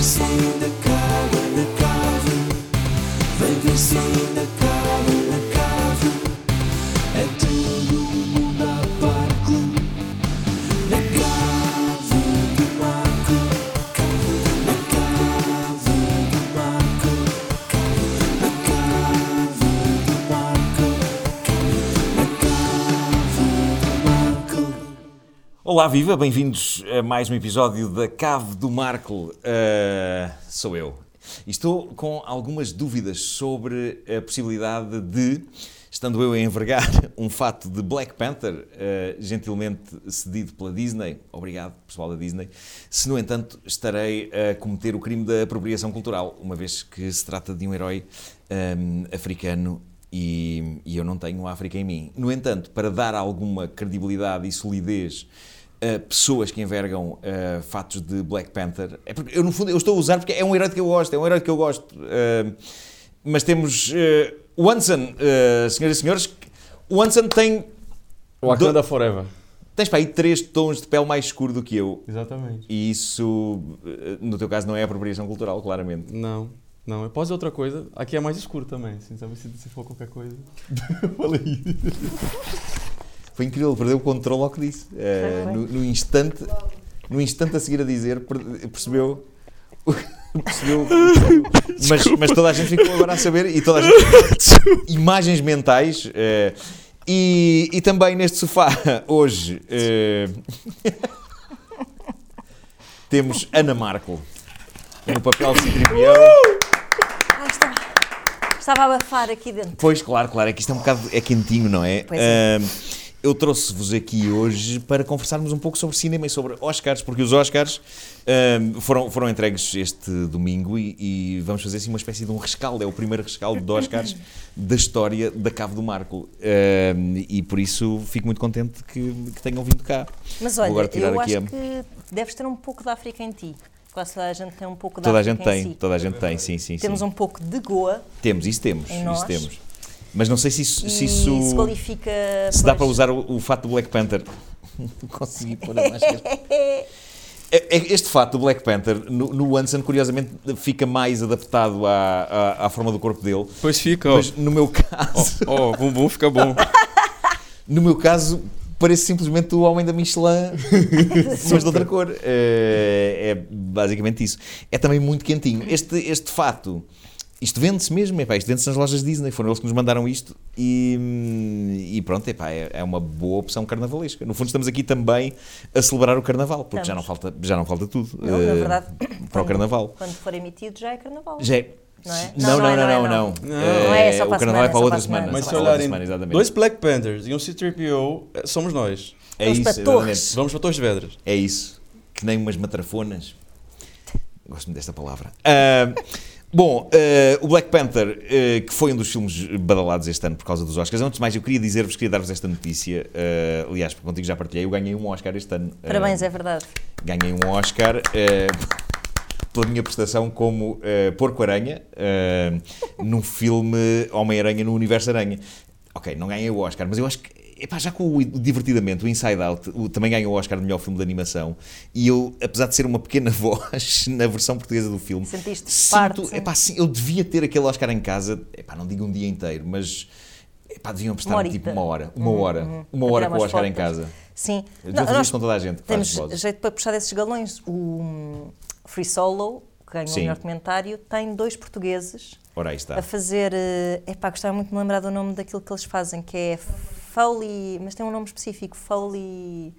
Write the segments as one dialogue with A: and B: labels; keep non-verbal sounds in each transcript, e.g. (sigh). A: saiu da cava, da cava. Vem ver saiu da cava, da cava. É todo mundo a barco. Na cava do Marco. Na cava do Marco. Na cava do Marco. Na cava do Marco.
B: Olá, viva! Bem-vindos a mais um episódio da Cave do Marco. Ah, sou eu. E Estou com algumas dúvidas sobre a possibilidade de, estando eu a envergar (laughs) um fato de Black Panther, ah, gentilmente cedido pela Disney, obrigado pessoal da Disney, se no entanto estarei a cometer o crime da apropriação cultural, uma vez que se trata de um herói ahm, africano e, e eu não tenho a África em mim. No entanto, para dar alguma credibilidade e solidez a pessoas que envergam eh, fatos de Black Panther, é porque eu no fundo eu estou a usar porque é um herói que eu gosto, é um herói que eu gosto. Eh, mas temos eh, o Hansen, eh, senhoras e senhores, o Hansen tem,
C: Wakanda Forever.
B: tens para aí três tons de pele mais escuro do que eu.
C: Exatamente.
B: E isso, eh, no teu caso, não é apropriação cultural, claramente.
C: Não, não. Eu posso dizer outra coisa. Aqui é mais escuro também, assim, sabe? Se, se for qualquer coisa. eu falei isso.
B: Foi incrível, ele perdeu o controle ao que disse. Eh,
D: Foi, foi.
B: no, no instante, no instante a seguir a dizer, per- percebeu. (laughs) percebeu. mas, mas toda a gente ficou agora a saber e toda a gente. imagens mentais. eh, e, e também neste sofá, (laughs) hoje, eh, (laughs) temos Ana Marco no papel de Ciprião.
D: Ai, estava, estava a abafar aqui dentro.
B: Pois, claro, claro. É que isto é um bocado é quentinho, não é?
D: Pois é.
B: Ahm, eu trouxe-vos aqui hoje para conversarmos um pouco sobre cinema e sobre Oscars, porque os Oscars ahm, foram, foram entregues este domingo e, e vamos fazer assim uma espécie de um rescaldo. É o primeiro rescaldo de
D: (laughs)
B: Oscars da história da Cave do Marco. Ahm, e por isso fico muito contente que, que tenham vindo cá.
D: Mas
B: Vou
D: olha,
B: agora tirar
D: eu
B: aqui
D: acho
B: a-
D: que deves ter um pouco da África em ti. Quase toda a gente tem um pouco da
B: Toda a
D: África
B: gente
D: em
B: tem,
D: si.
B: toda a gente tem, sim, sim.
D: Temos
B: sim.
D: um pouco de Goa
B: Temos, isso temos,
D: em
B: isso
D: nós.
B: temos. Mas não sei se isso. Se
D: e
B: isso...
D: se qualifica...
B: Se dá para
D: pois,
B: usar o, o fato do Black Panther. (laughs) Consegui pôr a máscara. (laughs) É- é- Este fato do Black Panther, no, no Anson, curiosamente, fica mais adaptado à, à, à forma do corpo dele.
C: Pois fica, ó.
B: Mas no meu caso,
C: Ó, o bumbum fica bom.
B: no meu caso parece simplesmente o homem da
C: (laughs)
B: Michelin, mas de outra cor. É, é basicamente isso. É também muito quentinho. Este, este fato, isto vende-se mesmo, epá, isto vende-se nas lojas Disney. Foram eles que nos mandaram isto e, e pronto, epá, é, é uma boa opção carnavalesca. No fundo, estamos aqui também a celebrar o carnaval, porque já não, falta, já não falta tudo
D: Não, na
B: eh,
D: verdade,
B: para o carnaval.
D: Quando for emitido já é carnaval.
B: Já é-
D: Não é?
B: Não, não, não, não, não.
C: não.
B: Eh,
D: Não é só
B: o
D: para a
B: carnaval
D: semana,
B: é
D: é
B: para
D: só
B: outra
D: para a semana.
B: semana.
C: Mas se
B: é para outra
C: olharem,
B: semana, exatamente.
C: dois Black Panthers e um C-3PO, eh, somos nós.
B: É
D: Vamos
B: isso,
D: para Torres.
B: exatamente.
C: Vamos para Torres Vedras.
B: É isso. Que nem umas matrafonas. Gosto muito desta palavra. (laughs) Ah, bom, ah, o Black Panther, ah, que foi um dos filmes badalados este ano por causa dos Oscars. Antes de mais, eu queria dizer-vos, queria dar-vos esta notícia. ah, aliás, porque contigo já partilhei, eu ganhei um Oscar este ano. Ah,
D: Parabéns, é verdade.
B: ganhei um Oscar eh, pela minha prestação como eh, Porco-Aranha eh, num filme Homem-Aranha no Universo Aranha. Ok, não ganhei o Oscar, mas eu acho que. Epá, já com o divertidamente, o Inside Out o- também ganhou o Oscar de melhor filme de animação e eu, apesar de ser uma pequena (laughs) voz na versão portuguesa do filme,
D: Sentiste parte,
B: sinto,
D: sim.
B: epá, sim, eu devia ter aquele Oscar em casa, epá, não digo um dia inteiro, mas epá, deviam prestar
D: Uma
B: me tipo
D: horita.
B: uma hora, uma hora, uma
D: Para
B: hora
D: tirar
B: com o
D: umas
B: Oscar em
D: fotos.
B: casa.
D: Sim.
B: Eu
D: Não,
B: devo fazer
D: nós
B: isto com toda a gente, que faz
D: temos
B: vozes.
D: jeito para puxar desses galões. O Free Solo, que ganhou
B: Sim.
D: o melhor documentário, tem dois portugueses
B: Ora, aí está.
D: a fazer. eh, Epá, gostava muito de me lembrar do nome daquilo que eles fazem, que é Foley. Mas tem um nome específico, Foley.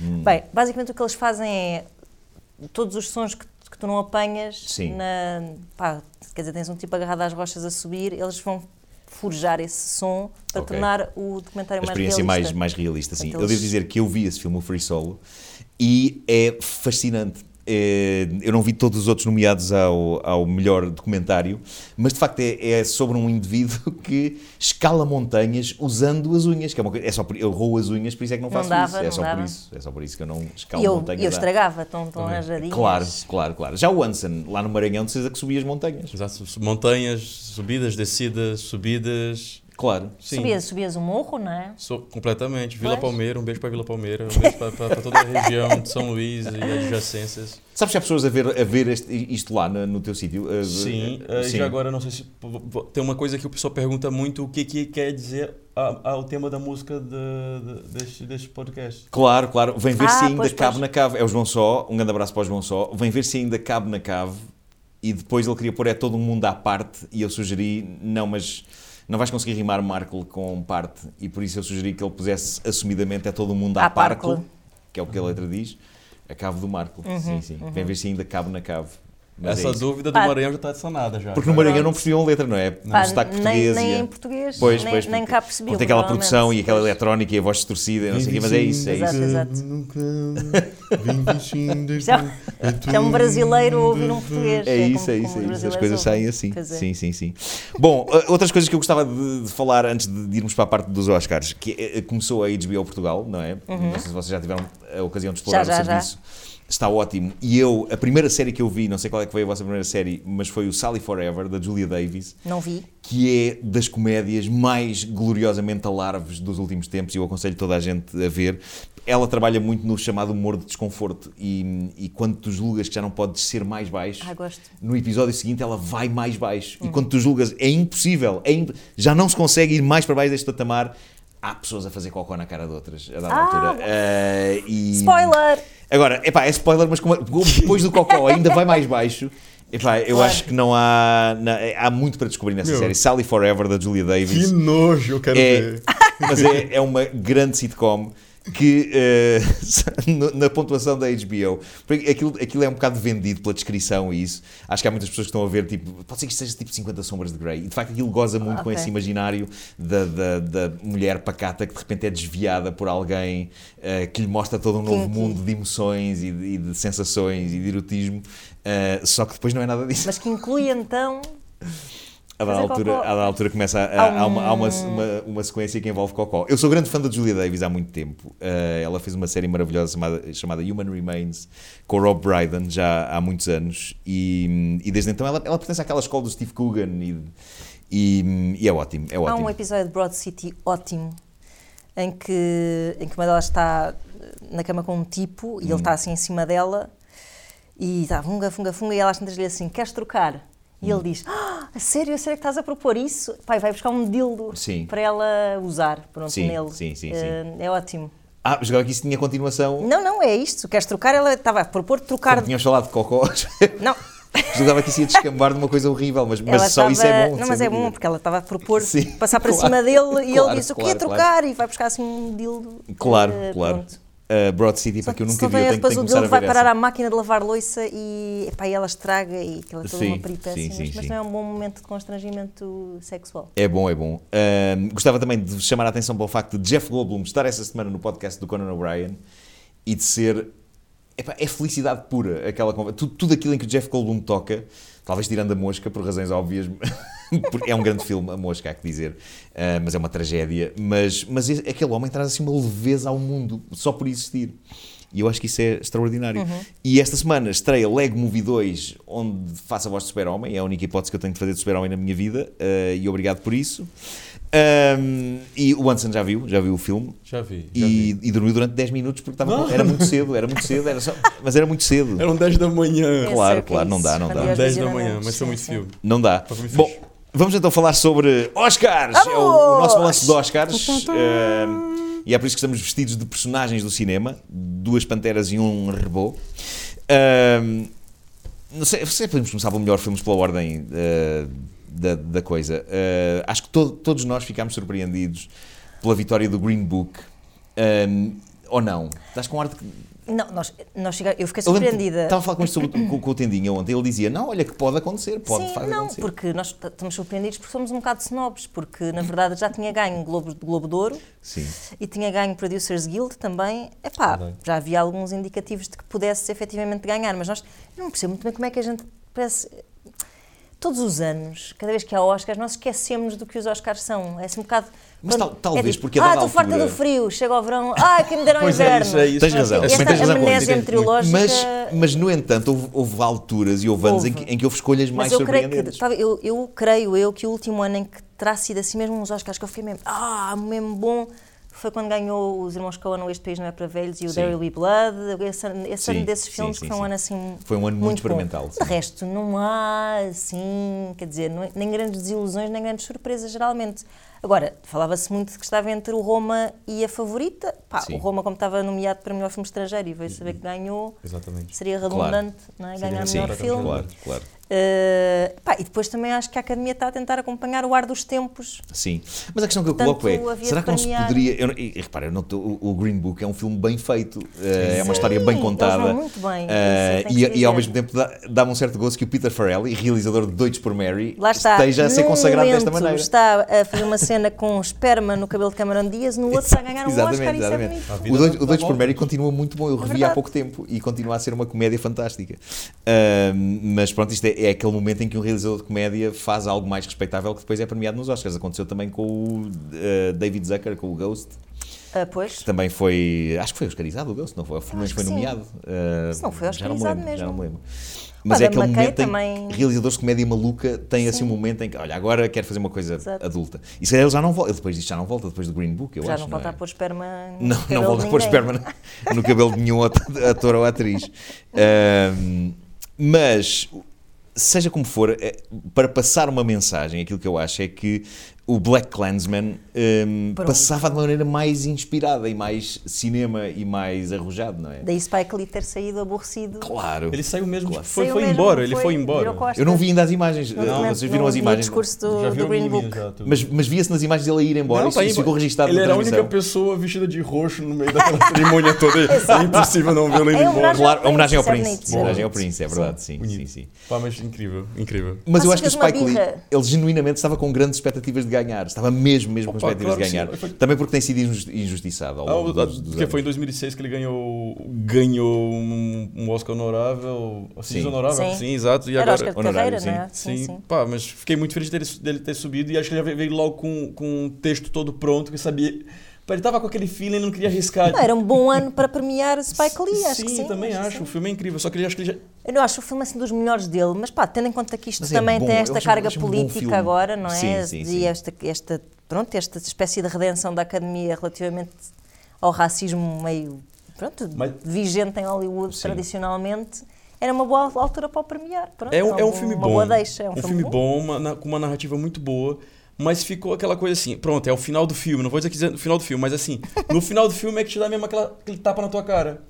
B: Hum.
D: Bem, basicamente o que eles fazem é todos os sons que, que tu não apanhas.
B: Sim.
D: Na, pá, quer dizer, tens um tipo agarrado às rochas a subir, eles vão forjar esse som para
B: Ok.
D: tornar o documentário
B: a
D: mais
B: experiência
D: realista.
B: mais, mais realista, sim.
D: Portanto,
B: Eu devo
D: eles-
B: dizer que eu vi esse filme, o Free Solo, e é fascinante. É, Eu não vi todos os outros nomeados ao, ao melhor documentário, mas de facto é, é sobre um indivíduo (laughs) que escala montanhas usando as unhas. Que é, uma, coisa- é só por, eu roo as unhas, por isso é que não
D: Não
B: faço
D: dava,
B: isso. É
D: não
B: só por
D: dava.
B: isso. É só por isso que eu não escalo
D: E eu,
B: montanhas.
D: eu
B: à-
D: estragava, tão, tão rajadinhas.
B: Claro, claro, claro. Já o Anson, lá no Maranhão, de que subia as montanhas.
C: Exato, su- montanhas, subidas, descidas, subidas.
B: Claro.
C: Sim.
D: Subias, subias o morro, não é?
C: Sou completamente. Vila
D: Pois.
C: Palmeira, um beijo pra Vila Palmeira, um beijo pra, pra- pra toda a região de São Luís e adjacências.
B: Sabes que há pessoas a ver, a ver este- isto lá na- no teu sítio? Uh,
C: Sim, eh,
B: uh,
C: e agora não sei se. v- v- Tem uma coisa que o pessoal pergunta muito: o que, que quer dizer a- a- o tema da música de- de- deste, deste podcast?
B: Claro, claro. Vem ver
D: Ah,
B: se ainda
D: pois,
B: cabe
D: pois.
B: na cave. É o João Só, um grande abraço para o João Só. Vem ver se ainda cabe na cave. E depois ele queria pôr é todo um mundo à parte. E eu sugeri, não, mas não vais conseguir rimar Marco com parte. E por isso eu sugeri que ele pusesse assumidamente é todo um mundo à,
D: À
B: parte,
D: Parco.
B: que é o que a letra diz, a cave do Marco.
D: Uhum,
B: sim, sim. Vem ver se ainda cabe na cave. Mas é
C: Essa
B: isso.
C: dúvida do
D: Pá.
C: Maranhão já está sanada já.
B: Porque no
C: cara.
B: Maranhão não percebiam letra, não é? Não.
D: Pá,
B: sotaque
D: nem,
B: português.
D: nem
B: e a-
D: em português,
B: Pois,
D: nem,
B: pois,
D: nem
B: porque-
D: cá percebi.
B: Ou tem aquela produção e aquela eletrónica e a voz distorcida, e não sei o quê, mas é isso, é
D: Exato,
B: isso.
D: exato.
E: Nunca vim vestindo
D: Isto é um- isto é um brasileiro a ouvir um português.
B: É isso, é isso,
D: como- como os
B: é isso. As
D: brasileiros
B: coisas
D: ouvem.
B: saem assim.
D: Pois é.
B: Sim, sim, sim. Bom, uh, outras coisas que eu gostava de, de falar antes de, de irmos para a parte dos Oscars, que eh, começou a HBO Portugal, não é? Não sei se vocês já tiveram a ocasião de explorar
D: Uhum. Já, já,
B: o serviço. Está ótimo. E eu, a primeira série que eu vi, não sei qual é que foi a vossa primeira série, mas foi o Sally Forever, da Julia Davis,
D: Não vi.
B: que é das comédias mais gloriosamente alarves dos últimos tempos e eu aconselho toda a gente a ver. Ela trabalha muito no chamado humor de desconforto e, e quando tu julgas que já não podes ser mais baixo,
D: Ah, gosto.
B: no episódio seguinte ela vai mais baixo.
D: Hum.
B: E quando tu julgas, é impossível, é imp- já não se consegue ir mais para baixo deste patamar. Há pessoas a fazer cocó na cara de outras a dada
D: Ah,
B: altura.
D: bom.
B: Eh, e-
D: Spoiler!
B: Agora, epá, é spoiler, mas como- depois do cocó ainda vai mais baixo. Epá, eu
D: Claro.
B: acho que não há. na- há muito para descobrir nessa
E: Meu.
B: série. Sally Forever, da Julia
E: Que
B: Davis.
E: nojo, eu quero
B: É.
E: ver.
B: (laughs) Mas é, é uma grande sitcom que eh, (laughs) no- na pontuação da HBO. porque Aquilo, aquilo é um bocado vendido pela descrição e isso. Acho que há muitas pessoas que estão a ver, tipo, pode ser que isto seja tipo 50 Sombras de Grey. E de facto aquilo goza muito com
D: Ok.
B: esse imaginário da, da, da mulher pacata que de repente é desviada por alguém eh, que lhe mostra todo um
D: Sim,
B: novo
D: sim.
B: mundo de emoções e de, e de sensações e de erotismo. eh, só que depois não é nada disso.
D: Mas que inclui então.
B: A dada
D: Fazer
B: altura,
D: cocó. um
B: a dada altura começa a, a- há, uma, há uma, uma, uma sequência que envolve Cocó. Eu sou grande fã da Julia Davis há muito tempo. Eh, ela fez uma série maravilhosa chamada, chamada Human Remains com o Rob Brydon já há muitos anos. E, e desde então ela, ela pertence àquela escola do Steve Coogan e, e, e é ótimo. É
D: Há
B: ótimo.
D: um episódio de Broad City ótimo em que, em que uma delas está eh, na cama com um tipo
B: Hum.
D: e ele está assim em cima dela e está funga, funga, funga e ela às tantas lhe diz assim: Queres trocar? E
B: Hum.
D: ele diz: ah, A sério, a sério que estás a propor isso? Pai, vai buscar um dildo
B: Sim.
D: para ela usar. Pronto,
B: Sim,
D: nele.
B: sim, sim,
D: Eh, É ótimo.
B: Ah, jogava que isso tinha continuação.
D: Não, não, é isto. Queres trocar? Ela estava a propor trocar.
B: Como tínhamos falado de Cocó. (laughs)
D: Não,
B: jogava que isso ia descambar de uma coisa horrível, mas, mas
D: ela
B: só isso
D: estava-
B: é bom.
D: Não,
B: sem
D: mas é
B: dúvida.
D: bom, porque ela estava a propor
B: (laughs) Sim,
D: passar para
B: claro,
D: cima dele e
B: claro,
D: ele disse: O que é
B: claro,
D: trocar? E vai buscar assim um dildo.
B: Claro,
D: eh,
B: claro.
D: pronto.
B: Eh, Broad City, para que eu
D: Se
B: nunca
D: não
B: vi, eu
D: tem,
B: tenho,
D: depois
B: tenho
D: o
B: que começar
D: dildo
B: a
D: vai
B: ver
D: parar
B: essa.
D: à máquina de lavar louça e epá, e ela estraga e aquilo é toda
B: Sim,
D: uma peripécia.
B: sim, sim,
D: mas, mas
B: sim.
D: não é um bom momento de constrangimento sexual.
B: É bom, é bom. Ahm, gostava também de chamar a atenção para o facto de Jeff Goldblum estar essa semana no podcast do Conan O'Brien e de ser. epá, é felicidade pura aquela conversa. Tudo, tudo aquilo em que o Jeff Goldblum toca, talvez tirando a mosca, por razões óbvias. (laughs) porque é um grande filme, a mosca, há que dizer. ah, mas é uma tragédia. Mas, mas esse- aquele homem traz assim uma leveza ao mundo só por existir. E eu acho que isso é extraordinário. E esta semana estreia Lego Movie 2, onde faço a voz de super-homem. É a única hipótese que eu tenho de fazer de super-homem na minha vida. eh, e obrigado por isso. Ahm, e o Anson já viu, já viu o filme.
C: Já vi. Já vi.
B: E, e dormiu durante 10 minutos porque estava com-
C: Não.
B: era muito cedo, era muito cedo, era só- mas era muito cedo.
C: Eram 10 da manhã.
D: É
B: Claro,
D: sério que
B: claro,
D: é
B: não
D: isso.
B: dá, não
D: Quando
B: dá.
D: eu
C: 10
D: às vezes
C: da
D: ainda
C: manhã,
D: não-
C: mas foi
D: sim,
C: muito
D: sim.
C: filme.
B: Não dá.
C: Para comer
B: Bom,
C: fixe.
B: vamos então falar sobre Oscars. É o, o nosso balanço de Oscars. Eh, e é por isso que estamos vestidos de personagens do cinema. Duas panteras e um rebô. Eh, não sei, se podemos começar pelo melhor filmes pela ordem eh, da, da coisa. Eh, acho que to- todos nós ficámos surpreendidos pela vitória do Green Book. Eh, ou não? Estás com ar de que
D: Não, nós, nós chega- eu fiquei
B: eu lembro que
D: surpreendida.
B: Estava a falar com isto sobre- com, com o Tendinha ontem. Ele dizia: Não, olha, que pode acontecer, pode
D: Sim,
B: fazer
D: não,
B: acontecer.
D: porque nós t- estamos surpreendidos porque somos um bocado snobs, porque na verdade já tinha ganho Globo, Globo de Ouro
B: Sim.
D: e tinha ganho Producers Guild também. Epá, já havia alguns indicativos de que pudesse efetivamente ganhar, mas nós eu não percebo muito bem como é que a gente parece. Todos os anos, cada vez que há Oscars, nós esquecemos do que os Oscars são. É assim um bocado.
B: Mas tal-
D: quando-
B: talvez,
D: é tipo,
B: porque a
D: Ah,
B: dada
D: estou farta
B: altura-
D: do frio, chega ao verão, ai, que me deram
C: Pois é,
D: inverno.
C: isso é isso.
B: Tens razão.
D: Essa
B: Também tens razão com isso.
D: amnésia meteorológica.
B: Mas, mas, no entanto, houve, houve alturas e houve anos em que,
D: Houve.
B: em que houve escolhas mais
D: Mas eu creio que, tá
B: surpreendentes.
D: talvez- eu, eu creio eu que o último ano em que terá sido assim mesmo uns Oscars que eu fiquei mesmo, ah, mesmo bom. Foi quando ganhou os Irmãos Coen no Este País Não É Para Velhos e o
B: Sim.
D: There Will Be Blood. Esse ano, esse ano
B: Sim,
D: desses
B: sim,
D: filmes
B: sim,
D: foi um
B: sim.
D: ano assim.
B: Foi um ano muito
D: bom.
B: experimental, sim.
D: De resto, não há assim, quer dizer, não- nem grandes desilusões, nem grandes surpresas geralmente. Agora, falava-se muito de que estava entre o Roma e a favorita. Pá,
B: Sim. Uhum.
D: o Roma, como estava nomeado para melhor filme estrangeiro e veio saber que ganhou,
C: Exatamente.
D: seria
B: Claro.
D: redundante não é?
C: Seria
D: ganhar
B: Sim,
D: melhor
C: redundante,
D: filme.
B: claro, claro.
D: Uh, pá, e depois também acho que a Academia está a tentar acompanhar o ar dos tempos.
B: Sim, mas a questão que eu
D: Portanto,
B: coloco é:
D: havia
B: será
D: de
B: que não se
D: premiar.
B: poderia. Eu, não- e, e repara, eu não tô- o- o Green Book é um filme bem feito, eh, é uma história bem
D: eles vão
B: contada.
D: muito bem,
B: eh,
D: isso tem que
B: e,
D: se
B: e ao
D: dizer.
B: mesmo tempo dá- dá-me um certo gozo que o Peter Farrelly, realizador de Doidos por Mary,
D: Lá está.
B: esteja a ser
D: Num
B: consagrado desta
D: momento
B: maneira.
D: Está a fazer uma cena (laughs) com esperma no cabelo de Cameron Dias, no outro está a ganhar um Oscar e isso é bonito. É
B: O Doidos,
C: vida dá-
B: o
C: dá
B: Doidos por
C: voltas.
B: Mary continua muito bom, eu revi há
D: verdade.
B: pouco tempo e continua a ser uma comédia fantástica. Ah, mas pronto, isto é, é aquele momento em que um realizador de comédia faz algo mais respeitável que depois é premiado nos Oscars. Aconteceu também com o ah, David Zucker, com o Ghost.
D: Ah, pois.
B: Também foi, acho que foi oscarizado o Ghost, não foi? Ou Pelo menos
D: acho
B: foi
D: que sim.
B: nomeado. Uh,
D: Se não foi
B: já me
D: oscarizado
B: lembro, Já
D: mesmo.
B: não me lembro. Mas é
D: Adam
B: aquele
D: McKay
B: momento em
D: também.
B: que realizadores de comédia maluca têm assim um momento em que, olha, agora quero fazer uma coisa
D: Exato.
B: adulta. E se calhar ele já não volta, ele depois disto já não volta, depois do Green Book, eu
D: Já
B: acho.
D: não volta a
B: é?
D: pôr esperma. no
B: Não,
D: cabelo
B: não
D: de
B: volta a pôr
D: ninguém.
B: esperma no- no cabelo de nenhum ato- ator ou atriz. Ahm, mas, seja como for, eh, para passar uma mensagem, aquilo que eu acho é que o Black Klansman ahm,
D: Pronto.
B: passava de uma maneira mais inspirada e mais cinema e mais arrojado, não é?
D: Daí Spike Lee ter saído aborrecido.
B: Claro.
C: Ele saiu mesmo,
B: Claro.
C: foi,
D: Saiu
C: foi
D: mesmo,
C: embora, ele
D: foi,
C: foi
D: virou
C: embora.
D: costas.
B: Eu não vi ainda as imagens,
D: Não,
B: eh,
D: não,
B: vocês viram
D: não
B: as
D: vi
B: imagens.
D: O discurso do,
C: Já
D: do
C: viram
D: Green
C: meninas,
D: Book.
C: já, tudo.
B: Mas, mas via-se nas imagens ele a ir embora,
C: Não,
B: isso,
C: tá aí,
B: isso ficou registado
C: Ele
B: na
C: era a
B: transmissão.
C: única pessoa vestida de roxo no
D: (laughs)
C: meio daquela cerimônia toda. É impossível não vê-lo indo
D: É
C: embora.
D: homenagem-
B: Claro, homenagem ao
D: Isso é
B: Prince.
D: bonito.
B: Homenagem ao
D: Bonito.
B: Prince, é verdade, sim, sim, sim.
C: Pá, mas incrível, incrível.
B: Mas eu
D: Pá,
B: acho que o
D: sacas uma
B: Spike Lee,
D: birra.
B: ele genuinamente estava com grandes expectativas de ganhar. Estava mesmo, mesmo com
C: Opa,
B: expectativas
C: claro
B: de ganhar.
C: que sim.
B: Também porque tem sido injus- injustiçado ao
C: Ah,
B: longo
C: o-
B: dos, dos
C: porque
B: anos.
C: foi em 2006 que ele ganhou, ganhou um, um Oscar honorável. assim,
B: Sim.
C: Sim. honorável?
D: Sim.
C: Sim, exato. E
D: Era
C: agora,
D: Oscar de
B: honorário,
D: carreira, não é?
C: Sim, pá, mas fiquei muito feliz dele, dele ter subido e acho que ele já veio logo com, com um texto todo pronto, que sabia. Pá, ele tava com aquele feeling, não queria arriscar.
D: Não, era um bom ano para premiar Spike Lee, acho
C: sim,
D: que sim.
C: também acho.
D: que
C: O
D: sim.
C: filme é incrível, só que ele acho que ele já.
D: Eu não acho o filme assim dos melhores dele, mas pá, tendo em conta que isto
B: Mas é
D: também
B: bom,
D: tem
B: eu
D: esta
B: acho-
D: carga
B: acho um bom filme.
D: política agora, não é?
B: Sim, sim,
D: de
B: sim.
D: Esta, esta, pronto, esta espécie de redenção da academia relativamente ao racismo meio pronto,
C: Mas-
D: vigente em Hollywood
B: Sim.
D: tradicionalmente. Era uma boa altura para o premiar. Pronto,
C: É um, é um
D: bom-
C: filme
D: então, uma
C: bom.
D: Boa deixa, é um,
C: filme bom, uma na- com uma narrativa muito boa. Mas ficou aquela coisa assim, pronto, é o final do filme. Não vou dizer que é o final do filme, mas assim, no final do filme é que te dá mesmo aquela, aquele tapa na tua cara.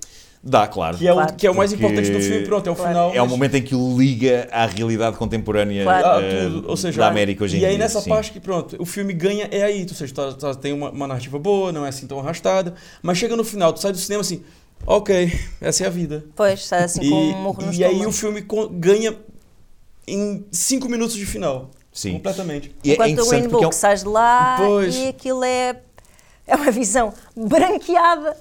B: Dá, claro.
C: Que é,
D: Claro.
C: o, que é o mais
B: Porque-
C: importante do filme, pronto, é o
D: Claro.
C: final.
B: É o
C: mas-
B: momento em que o liga à realidade contemporânea
D: Claro.
C: Ah,
B: eh,
C: tudo, ou seja,
B: da América hoje em
C: e
B: dia.
C: aí nessa
B: sim.
C: parte que pronto, o filme ganha é aí, tu, ou seja, tá- tá- tem uma, uma narrativa boa, não é assim tão arrastada, mas chega no final, tu sai do cinema assim, ok, (laughs) essa é a vida.
D: Pois, sai assim
C: e
D: com um morro no
C: e aí
D: estômago.
C: o filme co- ganha em cinco minutos de final,
B: Sim.
C: completamente.
B: E é- é
D: Enquanto o
B: interessante
D: Rainbow
B: porque é
D: que sais de lá
C: Pois.
D: e aquilo é, é uma visão branqueada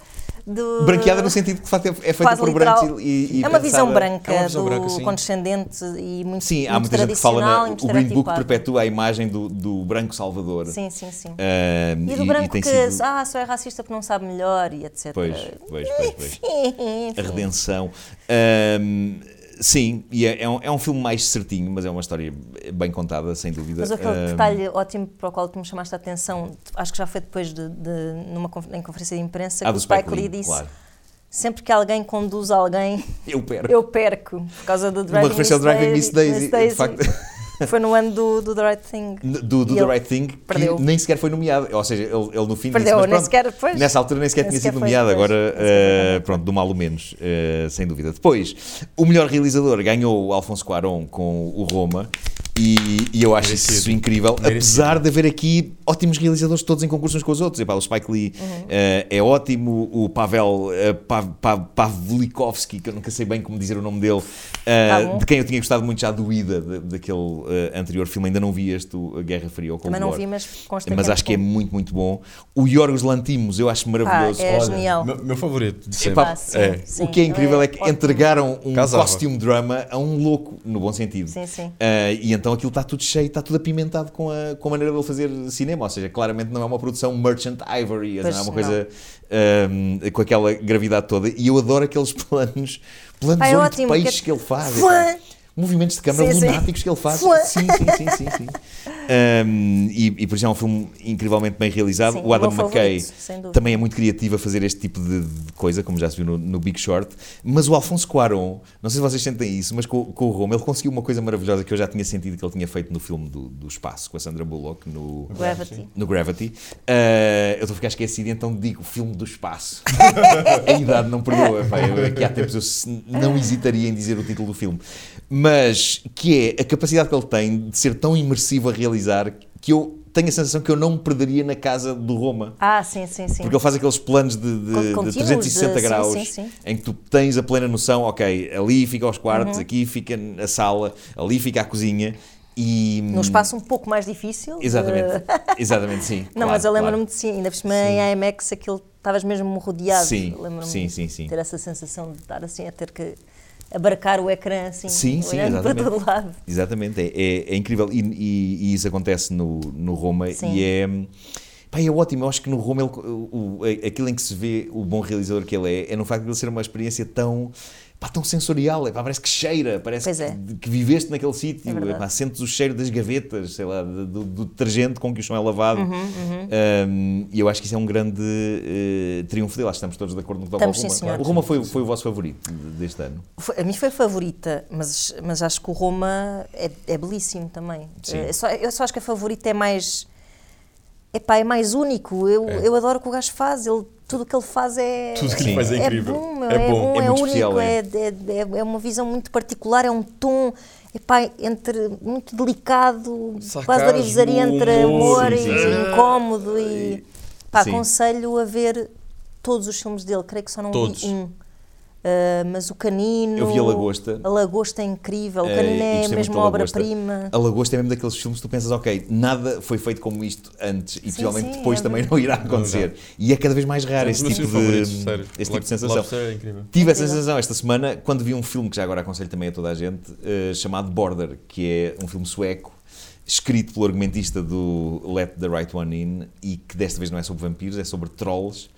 D: do.
B: um- branqueada no sentido que de facto é é feita
D: Quase
B: por
D: literal.
B: brancos e, e
D: é
B: pensada-
D: uma visão branca,
C: É uma visão
D: do
C: branca, sim.
D: condescendente e muito
B: Sim, há
D: muito
B: muita gente que fala
D: tradicional
B: na,
D: e muito
B: o Green Book
D: estereotipado.
B: perpetua a imagem do, do branco salvador.
D: Sim, sim, sim.
B: Eh,
D: E do branco
B: tem
D: que
B: sido-
D: ah, só é racista porque não sabe melhor e etc.
B: Pois, pois, pois,
D: (laughs)
B: pois.
D: Enfim.
B: A redenção. Ahm, sim, e é, é um, é um filme mais certinho, mas é uma história bem contada, sem dúvida.
D: Mas houve aquele
B: Ahm,
D: detalhe ótimo para o qual tu me chamaste a atenção, acho que já foi depois de, de- numa conf- em conferência de imprensa,
B: ah,
D: é que
B: do
D: o Spike Lee disse
B: claro.
D: sempre que alguém conduz alguém,
B: Eu perco.
D: eu perco, por causa do
B: Uma
D: Driving
B: referência ao Driving Miss Daisy,
D: Miss
B: de
D: Daisy.
B: facto,
D: Foi no ano do, do The Right Thing.
B: do, do
D: E
B: The
D: ele
B: Right Thing, que
D: perdeu.
B: nem sequer foi nomeado. Ou seja, ele, ele no fim disse,
D: Perdeu,
B: mas
D: nem
B: pronto,
D: sequer, pois.
B: Nessa altura nem sequer
D: Nem
B: tinha
D: sequer
B: sido
D: foi,
B: nomeado,
D: pois.
B: agora,
D: Nem sequer foi
B: eh,
D: nomeado.
B: pronto, do mal ou menos, eh, sem dúvida. Depois, o melhor realizador ganhou o Alfonso Cuarón com o Roma. E, e eu acho isso incrível, apesar de haver aqui ótimos realizadores todos em concurso uns com os outros. Epá, o Spike Lee
D: Uhum.
B: eh, é ótimo, o Pavel eh, Pav- Pav- Pavlikovsky, que eu nunca sei bem como dizer o nome dele, eh,
D: Tá bom.
B: de quem eu tinha gostado muito já do Ida, de- daquele eh, anterior filme, ainda não vi este, o Guerra Fria ou Cold
D: Também não
B: War.
D: vi, mas consta
B: Mas acho que é muito, muito bom. O Yorgos Lantimos eu acho maravilhoso.
D: Pá, é genial.
C: Meu, meu favorito de sempre.
D: Epá, sim,
C: é.
D: sim,
B: o que é
D: ele
B: incrível é que
D: ótimo.
B: entregaram um
C: Casava.
B: costume drama a um louco, no bom sentido.
D: Sim, sim.
B: Ah, e então aquilo está tudo cheio, está tudo apimentado com a, com a maneira dele fazer cinema. Ou seja, claramente não é uma produção Merchant Ivory,
D: Pois
B: não é uma
D: não.
B: coisa ah, com aquela gravidade toda. E eu adoro aqueles (laughs) planos, planos
D: Pá, é
B: olho de
D: ótimo,
B: peixes
D: que-
B: que ele faz. então.
D: Fuã!
B: epá. Movimentos de câmara
D: Sim, sim.
B: lunáticos que ele faz.
D: Fuã! (laughs)
B: Sim, sim, sim, sim, sim. Um, e, e por isso é um filme incrivelmente bem realizado.
D: Sim,
B: o Adam
D: o meu
B: McKay
D: favorito, sem dúvida.
B: também é muito criativo a fazer este tipo de, de coisa, como já se viu no, no Big Short. Mas o Alfonso Cuarón, não sei se vocês sentem isso, mas com, com o Roma, ele conseguiu uma coisa maravilhosa que eu já tinha sentido que ele tinha feito no filme do, do espaço, com a Sandra Bullock, no,
D: Gravity.
B: no Gravity. Uh, eu estou a ficar esquecido, então digo filme do
D: (laughs)
B: espaço. a idade não perdoa. pá, eu- aqui há tempos eu se- não hesitaria em dizer o título do filme. Mas que é a capacidade que ele tem de ser tão imersivo a realizar que eu tenho a sensação que eu não me perderia na casa do Roma.
D: Ah, sim, sim, sim.
B: Porque ele faz aqueles planos de, de-
D: Con-
B: de
D: contínuos,
B: 360
D: de- sim,
B: graus
D: sim, sim.
B: em que tu tens a plena noção, ok, ali fica os quartos,
D: Uhum.
B: aqui fica a sala, ali fica a cozinha e.
D: Num espaço um pouco mais difícil. de-
B: Exatamente, exatamente, sim.
D: (laughs) Não,
B: claro,
D: mas eu lembro-me
B: clamo
D: de sim, ainda por cima em IMAX aquilo estavas mesmo rodeado.
B: Sim,
D: lembro-me
B: sim, sim, sim.
D: de ter essa sensação de estar assim a ter que abarcar o ecrã assim,
B: Sim, sim,
D: olhando para
B: exatamente.
D: todo lado.
B: Exatamente, é, é- é incrível. E, e- e isso acontece no, no Roma
D: Sim.
B: e é. Pá, é ótimo, eu acho que no Roma ele- o- o- aquilo em que se vê o bom realizador que ele é é no facto de ele ser uma experiência tão, pá, tão sensorial, é, pá, parece que cheira, parece
D: Pois
B: que,
D: é.
B: que viveste naquele
D: É
B: sítio, é,
D: verdade.
B: pá, sentes o cheiro das gavetas, sei lá, do, do- do detergente com que o chão é lavado.
D: Uhum,
B: Um, e eu acho que isso é um grande eh, triunfo dele, acho que estamos todos de acordo no que toca ao
D: Estamos, sim,
B: Roma.
D: senhor.
B: o Roma foi, foi o vosso favorito deste ano.
D: Foi- a mim foi a favorita, mas, mas acho que o Roma é, é belíssimo também.
B: Sim.
D: Eh, só- eu só acho que a favorita é mais. Epá, é mais único. Eu, eu adoro o que o gajo faz. Ele, tudo o que ele faz é.
C: Tudo que
B: ele faz
C: é incrível.
D: bom, meu,
C: É
D: é,
C: bom,
D: bom,
B: é
D: é,
B: muito
D: único.
B: especial, é.
D: é. é- é- é uma visão muito particular, é um tom. Epá, entre muito delicado, quase
C: Sarcasmo,
D: darizaria entre
C: humor,
D: humor
B: sim, sim,
D: e
B: sim.
D: incómodo e pá,
B: Sim.
D: aconselho a ver todos os filmes dele, creio que só não
C: Todos.
D: vi um. Ah, mas o Canino.
B: Eu vi a Lagosta.
D: A Lagosta é incrível. O
B: Eh,
D: Canino
B: e
D: é
B: gostei muito da
D: mesmo uma
B: Lagosta.
D: obra-prima.
B: A Lagosta é mesmo daqueles filmes que tu pensas, ok, nada foi feito como isto antes e possivelmente
D: sim,
B: depois
D: é
B: também não irá acontecer. E é cada vez mais raro
C: É um
B: esse
C: dos
B: tipo
C: meus filmes
B: de,
C: favoritos, sério.
B: esse tipo de
C: Lob-
B: sensação.
C: Lobster é incrível.
B: Tive essa
D: Incrível.
B: sensação esta semana quando vi um filme que já agora aconselho também a toda a gente, eh, chamado Border, que é um filme sueco, escrito pelo argumentista do Let the Right One In e que desta vez não é sobre vampiros, é sobre trolls.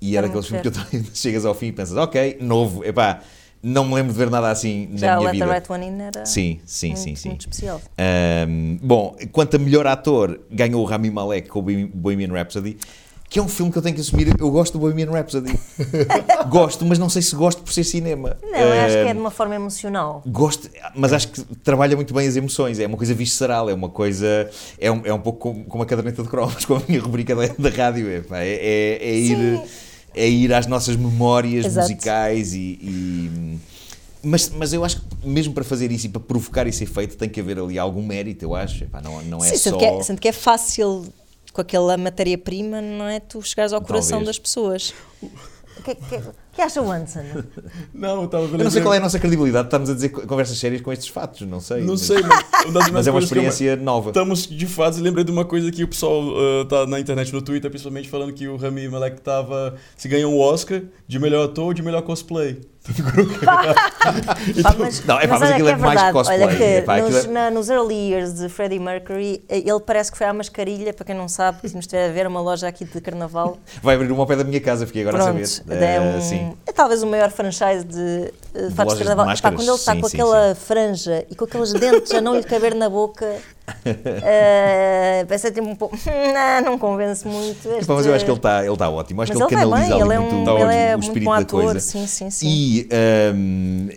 B: E
D: É
B: era
D: muito
B: aqueles filmes que eu também (laughs) chegas ao fim e pensas, ok, novo, epá, não me lembro de ver nada assim na
D: Já o
B: minha
D: Let
B: vida.
D: the Right One In era
B: Sim, sim,
D: muito,
B: sim, sim.
D: muito especial.
B: Um, bom, quanto a melhor ator, ganhou o Rami Malek com o Bohem- Bohemian Rhapsody, que é um filme que eu tenho que assumir. Eu gosto do Bohemian Rhapsody.
D: (laughs)
B: gosto, mas não sei se gosto por ser cinema.
D: Não, eu acho que é de
B: Um,
D: uma forma emocional.
B: Gosto, mas acho que trabalha muito bem as emoções. É uma coisa visceral, é uma coisa. É um, é um pouco como, como a caderneta de cromos, (laughs) com a minha rubrica da, da rádio. É, pá, é, é- é ir,
D: Sim.
B: é ir às nossas memórias
D: Exato.
B: musicais e. e- mas, mas eu acho que mesmo para fazer isso e para provocar esse efeito tem que haver ali algum mérito, eu acho. Epá, não, não é
D: Sim,
B: só.
D: sendo, que é, sendo que é fácil com aquela matéria-prima, não é? Tu chegares ao coração
B: Talvez.
D: das pessoas. O que, é que, que acha o Anson?
B: (laughs)
C: Não, eu tava
B: Eu não sei qual é a nossa credibilidade, estamos a dizer co- conversas sérias com estes fatos, não sei.
C: Não
B: mas,
C: sei, mas, uma Então- das
B: mas é uma
C: coisas que eu-
B: experiência nova.
C: Estamos de fato, lembrei de uma coisa que o pessoal ah, tá na internet, no Twitter, principalmente falando que o Rami Malek tava. se ganhou um Oscar de melhor ator ou de melhor cosplay. (laughs) Tá
B: (laughs)
D: Pá, mas,
B: Não, é pá, mas
D: olha
B: aquilo
D: que
B: é mais
D: verdade.
B: cosplay,
D: Olha que
B: é pá, aquilo
D: nos,
B: é-
D: na- nos early years de Freddie Mercury, eh, ele parece que foi à mascarilha, para quem não sabe, se nos estiver a ver, uma loja aqui de carnaval.
B: Vai abrir uma ao pé da minha casa, fiquei agora a
D: Pronto,
B: saber.
D: é,
B: Eh,
D: um-
B: sim.
D: é talvez o maior franchise de, eh,
B: De lojas de
D: fatos de carnaval. Epá,
B: máscaras,
D: quando ele está
B: sim,
D: com
B: sim,
D: aquela franja e com aqueles dentes a não lhe caber
B: (laughs)
D: na boca, eh, parece tipo um pouco. Não, não convence muito. Este...
B: Epá, mas eu acho que ele está ele tá ótimo. Acho
D: eh, Mas
B: que ele,
D: ele vai
B: canaliza ali
D: bem, ele é
B: muito,
D: um- ele é
B: o
D: muito
B: espírito
D: bom
B: da
D: ator,
B: coisa.
D: sim, sim, sim.
B: E, ahm,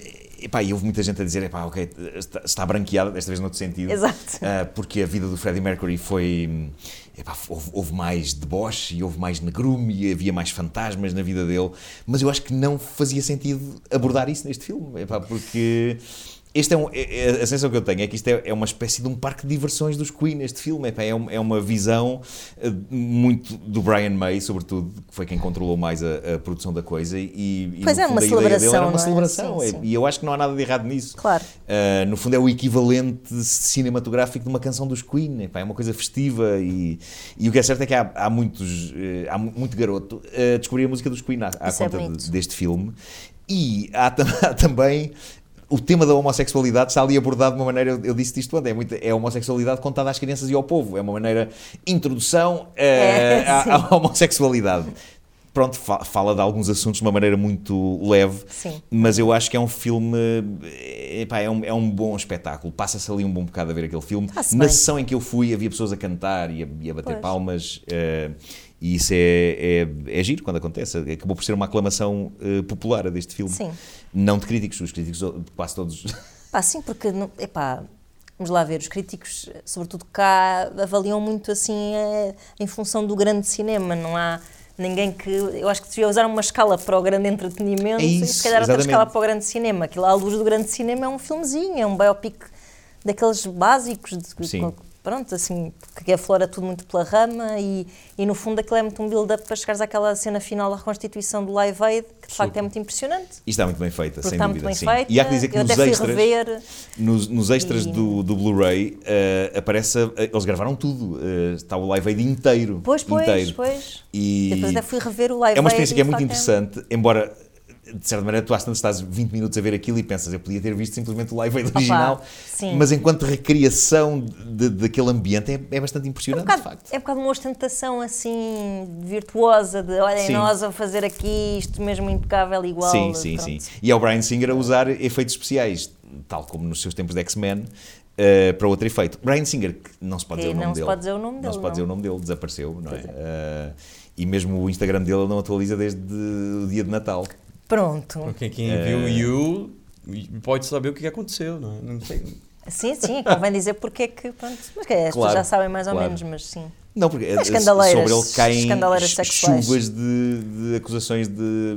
B: epá, e houve muita gente a dizer, epá, ok, está, está branqueada, desta vez noutro sentido.
D: Exato.
B: Ah, porque a vida do Freddie Mercury foi... epá, houve, houve mais deboche e houve mais negrume e havia mais fantasmas na vida dele. Mas eu acho que não fazia sentido abordar isso neste filme, epá, porque... Este é um, é- é- a sensação que eu tenho é que isto é, é uma espécie de um parque de diversões dos Queen, este filme. Epá, É, um- é uma visão eh, muito do Brian May, sobretudo, que foi quem controlou mais a, a produção da coisa. E, e
D: Pois
B: no
D: é,
B: fundo,
D: uma
B: a ideia dele
D: celebração,
B: Era
D: não
B: uma
D: é?
B: celebração.
D: Sim,
B: é,
D: sim.
B: E eu acho que não há nada de errado nisso.
D: Claro.
B: Ah, no fundo, é o equivalente cinematográfico de uma canção dos Queen. epá, é uma coisa festiva. E, e o que é certo é que há, há muitos. eh, há mu- muito garoto eh, a descobrir a música dos Queen à, à
D: Isso é
B: conta de-
D: bonito.
B: deste filme. E há, tam- (laughs) há também. O tema da homossexualidade está ali abordado de uma maneira, eu- eu disse isto ontem, é, muito, é a homossexualidade contada às crianças e ao povo. É uma maneira introdução eh,
D: É,
B: à,
D: sim.
B: à homossexualidade. Pronto, fa- fala de alguns assuntos de uma maneira muito leve,
D: Sim.
B: mas eu acho que é um filme. eh, epá, é, um, é um bom espetáculo. Passa-se ali um bom bocado a ver aquele filme.
D: Está-se
B: Na
D: bem.
B: sessão em que eu fui, havia pessoas a cantar e a, e a bater
D: Pois.
B: palmas. eh, e isso é, é, é giro quando acontece. Acabou por ser uma aclamação eh, popular a deste filme.
D: Sim.
B: Não de críticos, os críticos oh, quase todos. (laughs)
D: Pá, sim, porque, não- epá, vamos lá ver, os críticos, sobretudo cá, avaliam muito assim eh, em função do grande cinema, não há ninguém que, eu acho que devia usar uma escala para o grande entretenimento
B: É
D: e
B: isso,
D: se calhar
B: exatamente.
D: outra escala para o grande cinema, aquilo à luz do grande cinema é um filmezinho, é um biopic daqueles básicos, de-
B: Sim.
D: pronto, assim, que aflora tudo muito pela rama e, e no fundo aquilo é muito um build-up para chegares àquela cena final da reconstituição do Live Aid, que de facto é muito impressionante.
B: E está muito bem feita,
D: Porque
B: sem
D: está muito
B: dúvida.
D: bem
B: sim.
D: feita.
B: E há que dizer que
D: eu
B: nos
D: até fui
B: extras.
D: rever.
B: Nos, nos extras
D: E-
B: do, do Blu-ray eh, aparece. a- eles gravaram tudo. eh, está o Live Aid inteiro.
D: Pois, pois,
B: inteiro.
D: pois.
B: E
D: Depois até fui rever o live
B: é uma
D: Aid
B: experiência que é
D: e, de
B: muito
D: facto,
B: interessante, embora. De certa maneira, tu às tantas estás 20 minutos a ver aquilo e pensas, eu podia ter visto simplesmente o live Aid original,
D: sim.
B: mas enquanto recriação de- daquele ambiente é, é bastante
D: É um,
B: impressionante, de
D: bocado,
B: facto.
D: é um bocado uma ostentação assim virtuosa de olhem,
B: Sim.
D: nós a fazer aqui isto mesmo impecável, igual.
B: sim, sim,
D: pronto.
B: sim. E é o Brian Singer a usar efeitos especiais, tal como nos seus tempos de X-Men, eh, para outro efeito. Brian Singer, que não se pode
D: Que
B: dizer o nome
D: não se
B: dele.
D: pode dizer o nome
B: Não
D: dele,
B: se pode
D: não.
B: dizer o nome dele, desapareceu, não é? Eh, e mesmo o Instagram dele não atualiza desde o dia de Natal.
D: Pronto.
C: Quem, quem viu You pode saber o que aconteceu, não é? Não sei.
D: Sim, sim, é que convém dizer porque é que. Pronto, mas que é,
B: Claro,
D: as pessoas já sabem mais ou
B: claro.
D: menos, mas sim.
B: Não, porque eh,
D: escandaleiras,
B: sobre ele caem
D: escandaleiras
B: chu-
D: sexuais. Eh,
B: chuvas de, de acusações de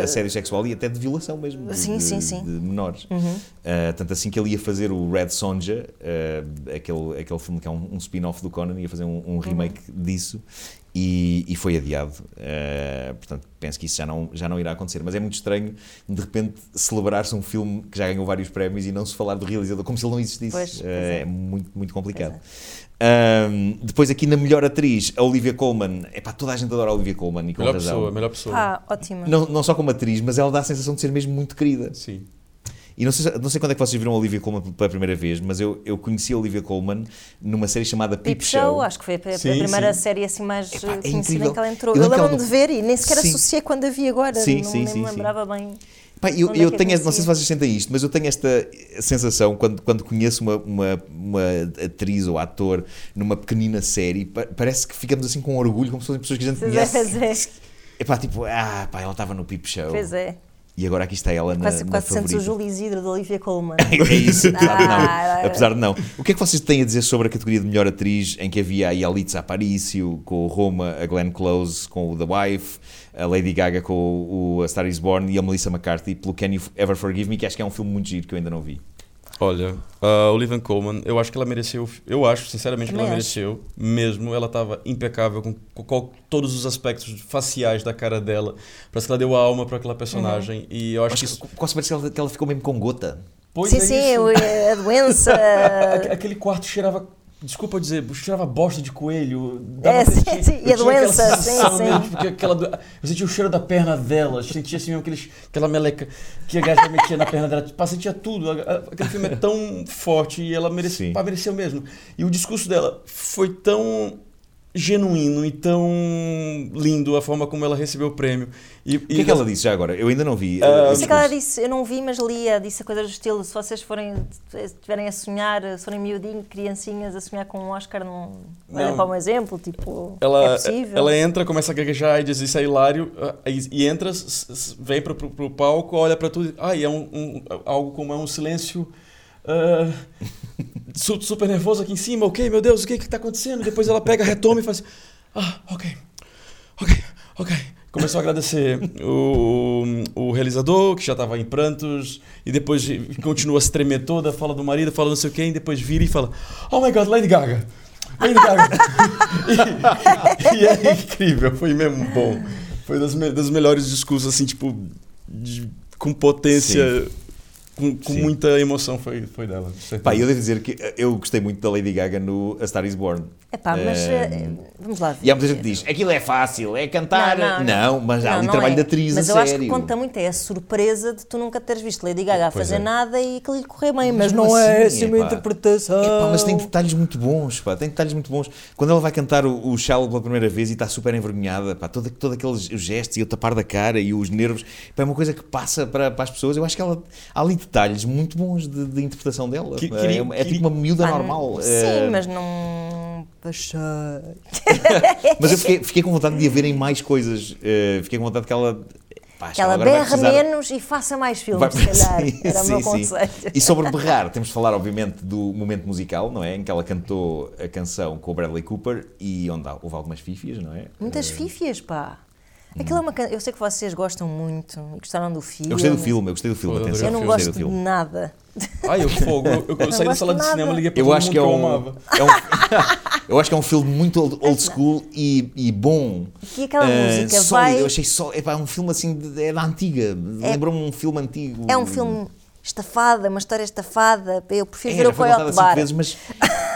B: assédio sexual e até de violação mesmo de,
D: Sim,
B: de-
D: sim, sim.
B: de menores.
D: Uhum.
B: Ah, tanto assim que ele ia fazer o Red Sonja, ah, aquele, aquele filme que é um, um spin-off do Conan, ia fazer
D: Uhum.
B: um, um remake disso e, e foi adiado. Ah, portanto, penso que isso já não, já não irá acontecer. Mas é muito estranho, de repente, celebrar-se um filme que já ganhou vários prémios e não se falar do realizador como se ele não existisse.
D: Pois, pois
B: Ah,
D: é.
B: é muito, muito complicado. Ahm, depois aqui na melhor atriz, a Olivia Colman. Epá, toda a gente adora a Olivia Colman e com
C: Melhor
B: razão.
C: pessoa, melhor pessoa.
D: Ah, ótima.
B: Não, não só como atriz, mas ela dá a sensação de ser mesmo muito querida.
C: Sim.
B: E não sei, se- não sei quando é que vocês viram a Olivia Colman pela primeira vez, mas eu, eu conheci a Olivia Colman numa série chamada Peep,
D: Peep Show, acho que foi a, a
C: Sim,
D: primeira
C: sim.
D: série assim mais
B: Epá, é
D: conhecida
B: incrível.
D: em que ela entrou.
B: Eu
D: Eu,
B: lembro que ela
D: lembro-me de ver e nem sequer
B: Sim.
D: associei quando a vi agora.
B: Sim,
D: não
B: sim,
D: nem
B: sim,
D: me
B: sim.
D: lembrava bem.
B: Pá, eu,
D: Onde é
B: eu
D: que eu
B: tenho, não sei
D: conhecia?
B: se vocês sentem isto, mas eu tenho esta sensação quando, quando conheço uma, uma, uma atriz ou ator numa pequenina série, pa- parece que ficamos assim com orgulho, como se fossem pessoas que a gente
D: Pois é,
B: conhece.
D: pois é.
B: Epá, tipo, ah, pá, ela estava no Peep Show.
D: Pois é.
B: E agora aqui está ela na,
D: Quase,
B: na
D: quase sentes o
B: favorita.
D: Júlio Isidro da
B: (laughs)
D: Olivia Colman.
B: É isso, apesar de
D: Ah.
B: (laughs) não. Apesar de não. O que é que vocês têm a dizer sobre a categoria de melhor atriz em que havia a Yalitza Aparicio com o Roma, a Glenn Close com o The Wife, a Lady Gaga com o, o A Star Is Born e a Melissa McCarthy pelo Can You Ever Forgive Me, que acho que é um filme muito giro que eu ainda não vi.
C: Olha, a Olivia Colman, eu acho que ela mereceu. Eu acho, sinceramente, que
D: Também
C: ela
D: acho.
C: mereceu. Mesmo, ela tava impecável com, com- com todos os aspectos faciais da cara dela. Parece que ela deu a alma para
D: Uhum.
C: aquela personagem. E eu acho que
B: Acho
C: isso.
B: que quase parece que ela, que ela ficou mesmo com gota.
C: Pois
D: sim,
C: é
D: sim,
C: isso.
D: eu- a
C: (laughs)
D: doença.
C: Aque-
D: Ah.
C: Aquele quarto cheirava. Desculpa dizer, cheirava bosta de coelho.
D: É,
C: Dava pra
D: sim,
C: sentir-
D: sim, e
C: eu
D: a
C: tinha aquela
D: doença, sim,
C: sensação
D: sim.
C: mesmo, tipo, que aquela do- eu sentia o cheiro da perna dela, eu sentia assim mesmo aqueles, aquela meleca que a gaja metia na perna dela. Tipo, sentia tudo. A- a- Aquele filme é tão forte e ela
B: Sim.
C: mereceu, pá, mereceu mesmo. E o discurso dela foi tão genuíno e tão lindo a forma como ela recebeu o prêmio. E,
B: O que é que ela disse já agora? Eu ainda não vi.
D: Não sei o é que ela disse, eu não vi, mas lia, disse a coisa do estilo: se vocês forem, estiverem a sonhar, se forem miudinho, criancinhas a sonhar com um Oscar, não, não era
C: Não.
D: para um exemplo, tipo,
C: Ela,
D: é possível.
C: ela entra, começa a gaguejar e diz isso é hilário, ah, e, e entra, s- s- vem pro, pro, pro palco, olha pra tudo, ah, e é um, um- algo como é um silêncio ah, (laughs) su- super nervoso aqui em cima, ok, meu Deus, o que que tá acontecendo? Depois ela pega, retoma e faz assim, ah, ok, ok, ok. Começou a agradecer o, o realizador, que já estava em prantos, e depois de- continua a se tremer toda, fala do marido, fala não sei o quem, e depois vira e fala: Oh my god, Lady Gaga! Lady Gaga! (laughs) e, e é incrível, foi mesmo bom. Foi das, me- dos melhores discursos, assim, tipo, de- com potência com, com
B: Sim.
C: muita emoção foi, foi dela. de certeza.
B: Pá, eu devo dizer que eh, eu gostei muito da Lady Gaga no A Star Is Born.
D: Epá, mas
B: Eh,
D: eh, vamos lá ver.
B: E há muita gente que diz, aquilo é fácil, é cantar.
D: Não, não, não.
B: mas há
D: Não,
B: ali
D: não
B: trabalho
D: é.
B: de atriz
D: Mas
B: a
D: eu
B: sério.
D: acho que conta muito é a surpresa de tu nunca teres visto Lady Gaga a
C: Pois
D: fazer
C: é.
D: nada e que lhe correr bem.
B: Mas
D: Mas,
B: não
D: não é
B: assim,
D: essa a minha
B: epá.
D: interpretação.
B: Epá, mas tem detalhes muito bons, pá, tem detalhes muito bons. Quando ela vai cantar o, o Shallow pela primeira vez e está super envergonhada, pá, todo, todo aqueles gestos e o tapar da cara e os nervos, pá, é uma coisa que passa para, para as pessoas. Eu acho que ela há ali detalhes muito bons de, de interpretação dela.
C: Que-
B: pá,
C: queria-
B: é, uma- é
C: queria-
B: tipo uma miúda
D: Pá,
B: normal.
D: Sim,
B: eh,
D: mas não. Achei.
B: mas
D: é
B: eu fiquei, fiquei com vontade de a verem mais coisas. eh, fiquei com vontade que ela. Pá, acho
D: Que ela
B: agora vai
D: berra
B: precisar-
D: menos e faça mais filmes,
B: Vai-
D: se calhar.
B: Sim,
D: Era o meu
B: (laughs) sim, sim.
D: conselho.
B: E sobre berrar, temos de falar, obviamente, do momento musical, não é? Em que ela cantou a canção com o Bradley Cooper e onde há- houve algumas fifias, não é?
D: Muitas fifias, pá. Aquilo é uma can... Eu sei que vocês gostam muito e gostaram do filme.
B: Eu gostei do filme, eu gostei do filme,
C: Eu
B: atenção.
D: Eu não
B: gostei
D: gosto
B: do
D: de
B: filme.
D: nada.
C: Ai, eu fogo. Eu, eu saí da
D: gosto
C: sala de
D: de
C: cinema,
D: nada.
C: liguei para
B: Eu
C: todo
B: acho
C: mundo
B: que é um,
C: eu amava.
B: é um- (laughs) eu acho que é um filme muito old, old school e, e bom.
D: E aquela
B: Ah,
D: música
B: sólido.
D: vai-
B: Eu achei só. É pá, um filme assim. de- é da antiga. Lembrou-me um filme antigo.
D: É um filme estafada, uma história estafada. Eu prefiro ver
B: já
D: o
B: foi
D: Coyote
B: voltada
D: Bar.
B: cinco vezes, mas,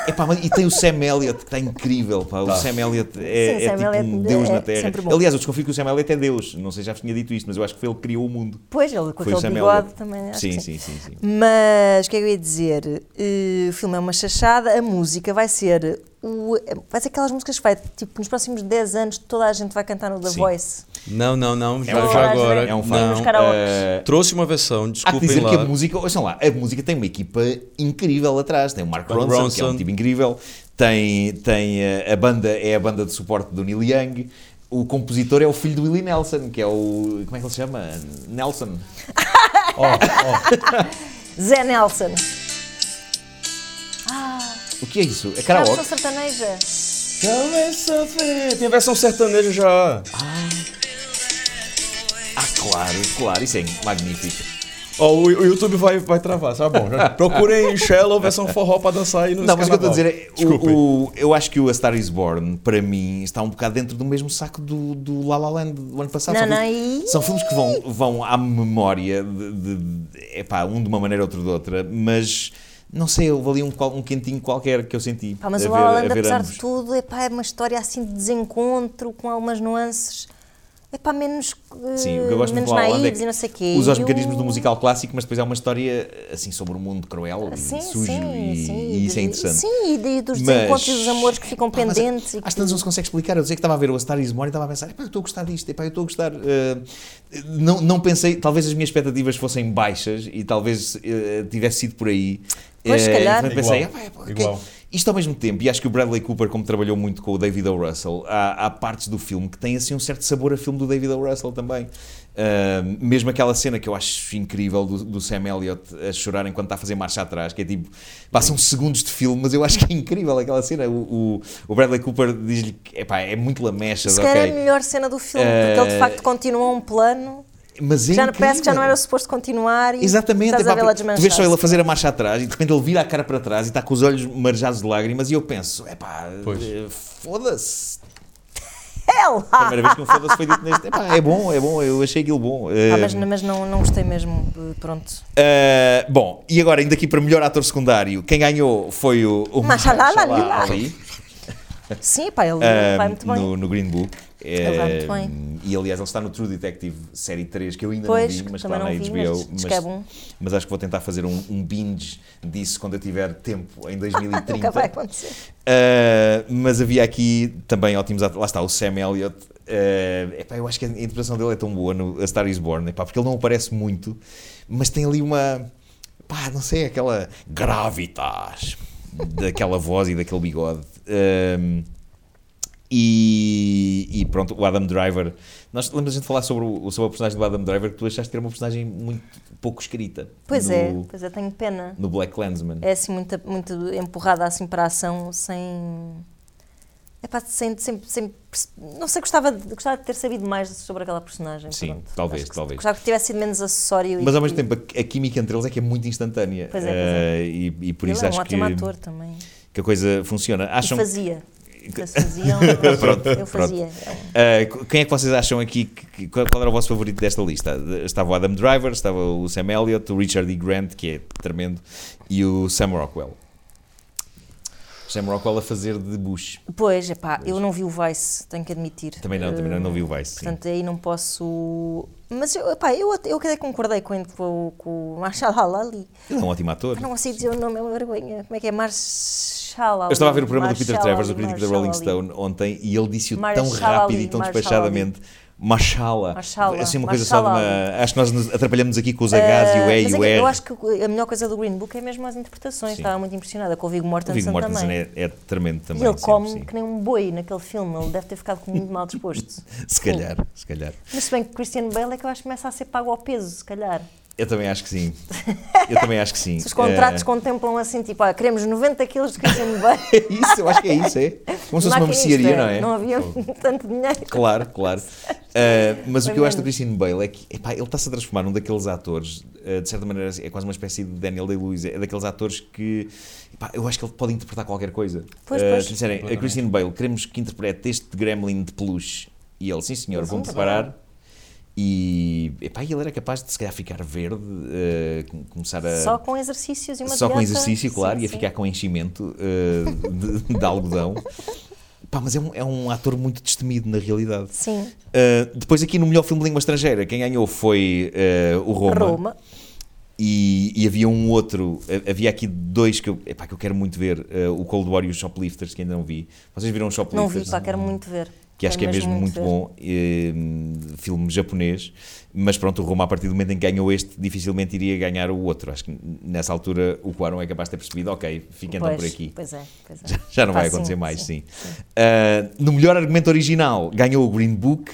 B: epá, mas- E tem o Sam Elliott, está incrível. pá,
C: Tá.
B: O Sam Elliott é,
D: Sim,
B: é
D: Sam
B: tipo um
D: Elliott
B: deus
D: é
B: na Terra.
D: sempre bom.
B: Aliás, eu desconfio que o Sam Elliott é deus. Não sei, já vos tinha dito isto, mas eu acho que foi ele que criou o mundo.
D: Pois, ele com
B: foi o Sam
D: aquele bigode
B: Elliott.
D: também. acho
B: Sim,
D: que
B: sim, sim, sim.
D: Mas o que é que eu ia dizer? Eh, o filme é uma chachada, a música vai ser. O, vai ser aquelas músicas que vai, tipo, nos próximos 10 anos toda a gente vai cantar no The
B: Sim.
D: Voice.
C: Não, não, não. Já,
B: um
C: já
B: fato.
C: agora.
B: É um fato.
C: não,
D: Os karaokes.
B: eh,
C: Trouxe uma versão,
B: Há que
C: desculpem
B: dizer
C: lá.
B: que a música, ouçam lá, a música tem uma equipa incrível atrás. Tem o Mark
C: Mark
B: Ronson, que é um
C: Ronson.
B: tipo incrível. Tem, tem eh, a, banda, é a banda de suporte do Neil Young. O compositor é o filho do Willie Nelson, que é o. Como é que ele se chama? Nelson.
D: Zé Nelson.
B: O que é isso? É
D: Já
B: karaoke?
D: sou sertaneja.
C: Cabeça feia. é Tem a versão sertaneja já.
B: Ah, claro, claro, isso é magnífico.
C: Ó, o, o YouTube vai, vai travar, tá bom. Já. (laughs) Procurem Shallow versão forró pra dançar aí no
B: Não, mas o que eu estou a
C: carnaval.
B: dizer é.
C: Desculpem.
B: O, o- eu acho que o A Star Is Born, para mim, está um bocado dentro do mesmo saco do, do La La Land do ano passado.
D: Não,
B: são,
D: não,
B: filmes,
D: e-
B: são filmes que vão, vão à memória, de, de, de- epá, um de uma maneira, outro de outra, mas. Não sei, houve ali um, qual- um quentinho qualquer que eu senti.
D: Pá, mas
B: a
D: o
B: É ver-
D: La La
B: a
D: Land,
B: ver
D: apesar
B: ambos.
D: de tudo, epá, é uma história assim de desencontro, com algumas nuances, epá, menos, eh,
B: Sim, o que eu gosto muito
D: menos
B: do La La Land é
D: naivos
B: que
D: e não sei quê.
B: usa os
D: E o-
B: mecanismos do musical clássico, mas depois é uma história assim sobre um mundo cruel e
D: Ah, Sim,
B: sujo
D: sim,
B: e,
D: sim,
B: e isso é
D: de-
B: interessante.
D: Sim, e de- dos
B: Mas-
D: desencontros e dos amores que ficam
B: Pá, mas Ah,
D: pendentes. e
B: Às
D: que-
B: tantas não se consegue explicar. Eu dizia que estava a ver o A Star Is Born e estava a pensar, "Epá, eu estou a gostar disto, epá, eu estou a gostar. Eh, não, não pensei, talvez as minhas expectativas fossem baixas e talvez eh, tivesse sido por aí.
D: Pois, se
B: Eh,
D: calhar.
B: mas pensei,
C: Igual,
B: "Epá, epá, ok."
C: igual.
B: Isto ao mesmo tempo, e acho que o Bradley Cooper, como trabalhou muito com o David O. Russell, há, há partes do filme que têm assim um certo sabor a filme do David O. Russell também. Ah, mesmo aquela cena que eu acho incrível do, do Sam Elliott a chorar enquanto está a fazer marcha atrás, que é tipo, passam segundos de filme, mas eu acho que é incrível aquela cena. O, o- o Bradley Cooper diz-lhe que epá, é muito lamechas,
D: Se calhar é a
B: ok.
D: melhor cena do filme, porque ele de facto continua um plano.
B: Mas é
D: já parece que já não era
B: incrível.
D: suposto continuar e
B: Exatamente,
D: estás
B: epá,
D: a vê-la
B: porque tu vês só
D: desmanchar.
B: ele a fazer a marcha atrás e de repente ele vira a cara para trás e está com os olhos marejados de lágrimas e eu penso, epá,
C: Pois.
B: eh, foda-se, A (laughs)
D: Ela!
B: primeira vez que um foda-se foi dito neste. Epá, é bom, é bom, eu achei aquilo bom. Eh,
D: Ah, mas mas não, não gostei mesmo, eh,
B: (laughs)
D: pronto.
B: eh, bom, e agora, ainda aqui para melhor ator secundário, quem ganhou foi o, o
D: Mahershala
B: Mahershala
D: Ali.
B: Ali,
D: Sim, pá, ele
B: eh,
D: vai muito bem.
B: No, no Green Book.
D: Ele vai muito
B: Eh,
D: bem.
B: E aliás, ele está no True Detective Série 3, que eu ainda
D: Pois,
B: não vi,
D: que
B: mas está
D: também
B: na
D: não vi,
B: HBO.
D: mas diz que é bom.
B: mas acho que vou tentar fazer um, um binge disso quando eu tiver tempo, em 2030.
D: (laughs) Nunca vai acontecer.
B: Uh, mas havia aqui também ótimos atores. Lá está, o Sam Elliott. Uh, epá, eu acho que a interpretação dele é tão boa no A Star Is Born, epá, porque ele não aparece muito, mas tem ali uma. pá, não sei, aquela gravitas daquela voz e daquele bigode. Um, e, e pronto, o Adam Driver. Nós lembras de falar sobre, o, sobre a personagem do Adam Driver que tu achaste que era uma personagem muito pouco escrita
D: Pois
B: no,
D: é, pois é, tenho pena.
B: no Black Clansman.
D: É assim muito, muito empurrada assim para a ação sem. É pá, sem, sem, sem perce- Não sei, gostava de, gostava de ter sabido mais sobre aquela personagem.
B: Sim,
D: pronto.
B: talvez,
D: Acho que
B: talvez.
D: Gostava que tivesse sido menos acessório. e-
B: Mas ao mesmo tempo, a, a química entre eles é que é muito instantânea.
D: Pois é, pois é.
B: Eh, e, e por
D: Ele
B: isso
D: é um
B: acho que,
D: ótimo ator também.
B: que a coisa funciona.
D: E
B: Acham,
D: fazia.
B: (laughs)
D: Eles faziam, eu-
B: Pronto,
D: eu
B: pronto.
D: fazia. Era-
B: Ah, qu- quem é que vocês acham aqui? que- que- qual qual era o vosso favorito desta lista? De- Estava o Adam Driver, estava o Sam Elliott, o Richard E. Grant, que é tremendo, e o Sam Rockwell. O Sam Rockwell a fazer de Bush.
D: Pois, epá, eu não vi o Vice, tenho que admitir.
B: Também não, também não, não vi o Vice. sim.
D: Portanto, aí não posso. Mas eu, epá, eu, até- eu até concordei com, ele, com, o- com o Marshall Ali.
B: Ele é um ótimo ator.
D: Eu não consigo dizer o nome, é uma vergonha. Como é que é? Marshall Ali.
B: Eu estava a ver o programa do Peter
D: Marshall
B: Travers,
D: Ali,
B: o crítico da
D: Marshall
B: Rolling
D: Ali.
B: Stone, ontem, e ele disse-o tão
D: Marshall
B: rápido e
D: Ali,
B: tão
D: Marshall
B: despachadamente. Machala.
D: Marshalla,
B: Assim, uma coisa só de
D: Marshalla
B: uma. Acho que nós nos atrapalhamos aqui com os
D: Ah,
B: H's e o E
D: mas
B: e
D: é
B: o
D: que
B: R.
D: Eu acho que a melhor coisa do Green Book é mesmo as interpretações.
B: Sim.
D: Estava muito impressionada com o Viggo
B: O
D: Mortensen,
B: Viggo Mortensen
D: também.
B: é, é tremendo também.
D: e ele
B: sempre,
D: come
B: sim.
D: que nem um boi naquele filme, ele deve ter ficado com muito mal
B: (laughs)
D: disposto.
B: Se calhar, se calhar.
D: Mas se bem que Christian Bale é que eu acho que começa a ser pago ao peso, se calhar.
B: Eu também acho que sim. Eu também acho que sim.
D: Se os contratos
B: Eh,
D: contemplam assim, tipo, ah, queremos 90 quilos de Christian Bale.
B: (laughs) É isso, eu acho que é isso, é. (laughs) Como se fosse uma
D: Maquinista,
B: mercearia, não é?
D: Não havia tanto dinheiro.
B: Claro,
D: (laughs)
B: claro. Eh, mas o
D: Foi
B: que eu acho do
D: mesmo.
B: Christian Bale é que epá, ele está-se a transformar num daqueles atores, eh, de certa maneira é quase uma espécie de Daniel Day-Lewis, é daqueles atores que epá, eu acho que ele pode interpretar qualquer coisa.
D: Pois,
B: Eh,
D: pois.
B: se disserem, a Christian Bale, queremos que interprete este gremlin de peluche. E ele, sim senhor,
D: Sim,
B: vou-me
D: sim.
B: preparar. E epá, ele era capaz de se calhar ficar verde, eh, com- começar a
D: Só com exercícios e uma
B: só com
D: dieta.
B: exercício, claro,
D: Sim,
B: ia
D: sim.
B: ficar com enchimento uh, de, de algodão.
D: (laughs)
B: Pá, mas é um, é um ator muito destemido na realidade.
D: Sim,
B: Uh, depois, aqui no melhor filme de língua estrangeira, quem ganhou foi uh, o Roma.
D: Roma.
B: E, e havia um outro, ha- havia aqui dois que eu, epá, que eu quero muito ver: uh, o Cold War e os Shoplifters, que ainda não vi. Vocês viram os
D: Não
B: Shoplifters?
D: vi, pá, quero muito ver.
B: é? que acho que é
D: Quero
B: mesmo muito
D: ver.
B: bom, eh, filme japonês, mas pronto, o Roma, a partir do momento em que ganhou este, dificilmente iria ganhar o outro. Acho que n- nessa altura o Cuarón é capaz de ter percebido, ok, fica então
D: Pois,
B: por aqui.
D: Pois é, pois é.
B: Já não
D: Pá,
B: vai
D: sim,
B: acontecer mais,
D: sim,
B: sim. Ah, no melhor argumento original, ganhou o Green Book,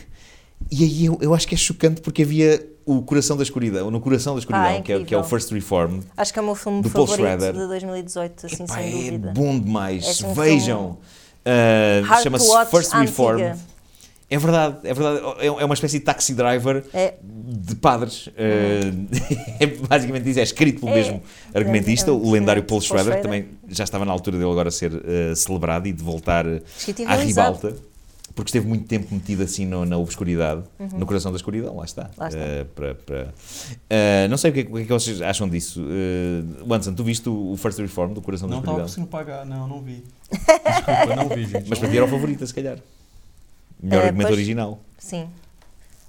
B: e aí eu, eu acho que é chocante porque havia o Coração da Escuridão, no Coração da Escuridão,
D: Ah, é
B: que, é, que é o
D: incrível.
B: First Reformed,
D: Acho que é o meu filme
B: Do Paul
D: favorito
B: Schrader.
D: de 2018, assim,
B: Epá,
D: sem
B: é
D: dúvida.
B: bom demais.
D: É assim um
B: Vejam. Ah,
D: Hard to
B: Chama-se
D: watch
B: First
D: antiga.
B: Reformed. É verdade, é verdade. É é uma espécie de taxi driver
D: É.
B: de padres. Ah, (laughs) é basicamente isso. É escrito pelo
D: É.
B: mesmo argumentista,
D: É, é,
B: o lendário
D: é,
B: Paul
D: Paul
B: Schrader, que
D: Schrader.
B: também já estava na altura dele agora ser ah, celebrado e de voltar ah,
D: Escrito e
B: à
D: realizado.
B: ribalta. Porque esteve muito tempo metido assim no- na obscuridade, no coração da escuridão, lá está.
D: Uhum. Lá está.
B: Ah, para- para- ah, não sei o que, é que- o que é que vocês acham disso. Uh, Anson, tu viste o o First Reform do coração da
C: Não estava
B: escuridão?
C: conseguindo pagar, não, não
B: (laughs)
C: vi. Desculpa, não vi, gente.
B: Mas para ti era o favorito, se calhar. Melhor
D: Eh,
B: argumento
D: pois.
B: original.
D: Sim.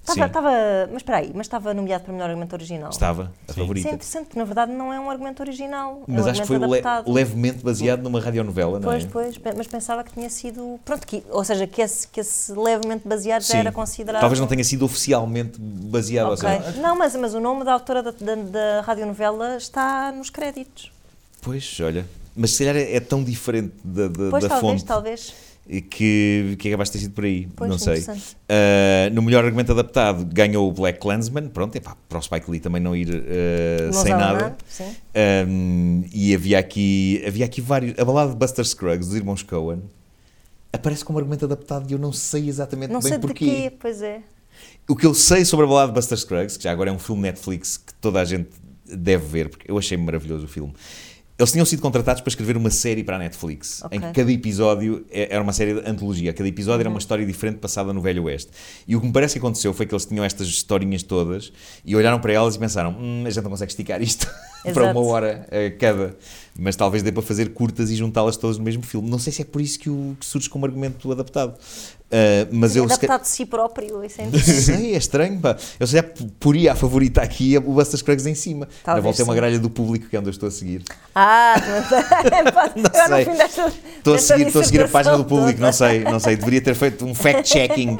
B: Sim.
D: Estava, estava, mas espera aí, mas estava nomeado para melhor argumento original.
B: Estava a
C: Sim.
D: Isso
B: favorita.
D: é interessante, porque na verdade não é um argumento original, é
B: Mas
D: um
B: acho que foi
D: argumento
B: le-
D: adaptado.
B: levemente baseado numa radionovela, não é?
D: Pois, pois, pe- mas pensava que tinha sido. Pronto, que, ou seja, que esse, que esse levemente baseado já
B: Sim.
D: era considerado.
B: Talvez não tenha sido oficialmente baseado. ou
D: Ok.
B: seja,
D: Não, mas, mas o nome da autora da, da, da radionovela está nos créditos.
B: pois, olha. Mas se calhar é é tão diferente da, da,
D: pois,
B: da
D: talvez,
B: fonte
D: talvez.
B: Que, que é capaz de ter sido por aí.
D: Pois,
B: não sei.
D: interessante.
B: Uh, no melhor argumento adaptado ganhou o Black Clansman. Pronto, epá, para o Spike Lee também não ir uh,
D: Não
B: sem
D: usava
B: nada.
D: Sim.
B: Um, e havia aqui, havia aqui vários. A balada de Buster Scruggs, dos irmãos Cohen, aparece como argumento adaptado e eu não sei exatamente
D: Não
B: É bem
D: sei de
B: porquê.
D: quê, pois é.
B: O que eu sei sobre a balada de Buster Scruggs, que já agora é um filme Netflix que toda a gente deve ver, porque eu achei maravilhoso o filme. Eles tinham sido contratados para escrever uma série para a Netflix,
D: Ok. Uhum.
B: em que cada episódio é- era uma série de antologia, cada episódio era uma história diferente passada no Velho Oeste. E o que me parece que aconteceu foi que eles tinham estas historinhas todas e olharam para elas e pensaram: hum, a gente não consegue esticar isto (laughs) para
D: Exato.
B: uma hora eh, cada, mas talvez dê para fazer curtas e juntá-las todas no mesmo filme. Não sei se é por isso que, o, que surge como argumento adaptado. Ah, mas eu, se ca-
D: é Adaptado de si próprio, isso é
B: não sei, é estranho, pá. Eu sei, poria a favorita aqui é o Buster Scruggs em cima. Ainda
D: Talvez
B: vou ter uma
D: sim.
B: gralha do público que é onde eu estou a seguir.
D: Ah, (laughs) tu-
B: Não
D: eu
B: sei.
D: no fim desta.
B: Estou a
D: desta
B: seguir, estou a, seguir a página do
D: dissertação
B: público,
D: toda.
B: não sei, não sei. Deveria ter feito um
D: (laughs)
B: fact-checking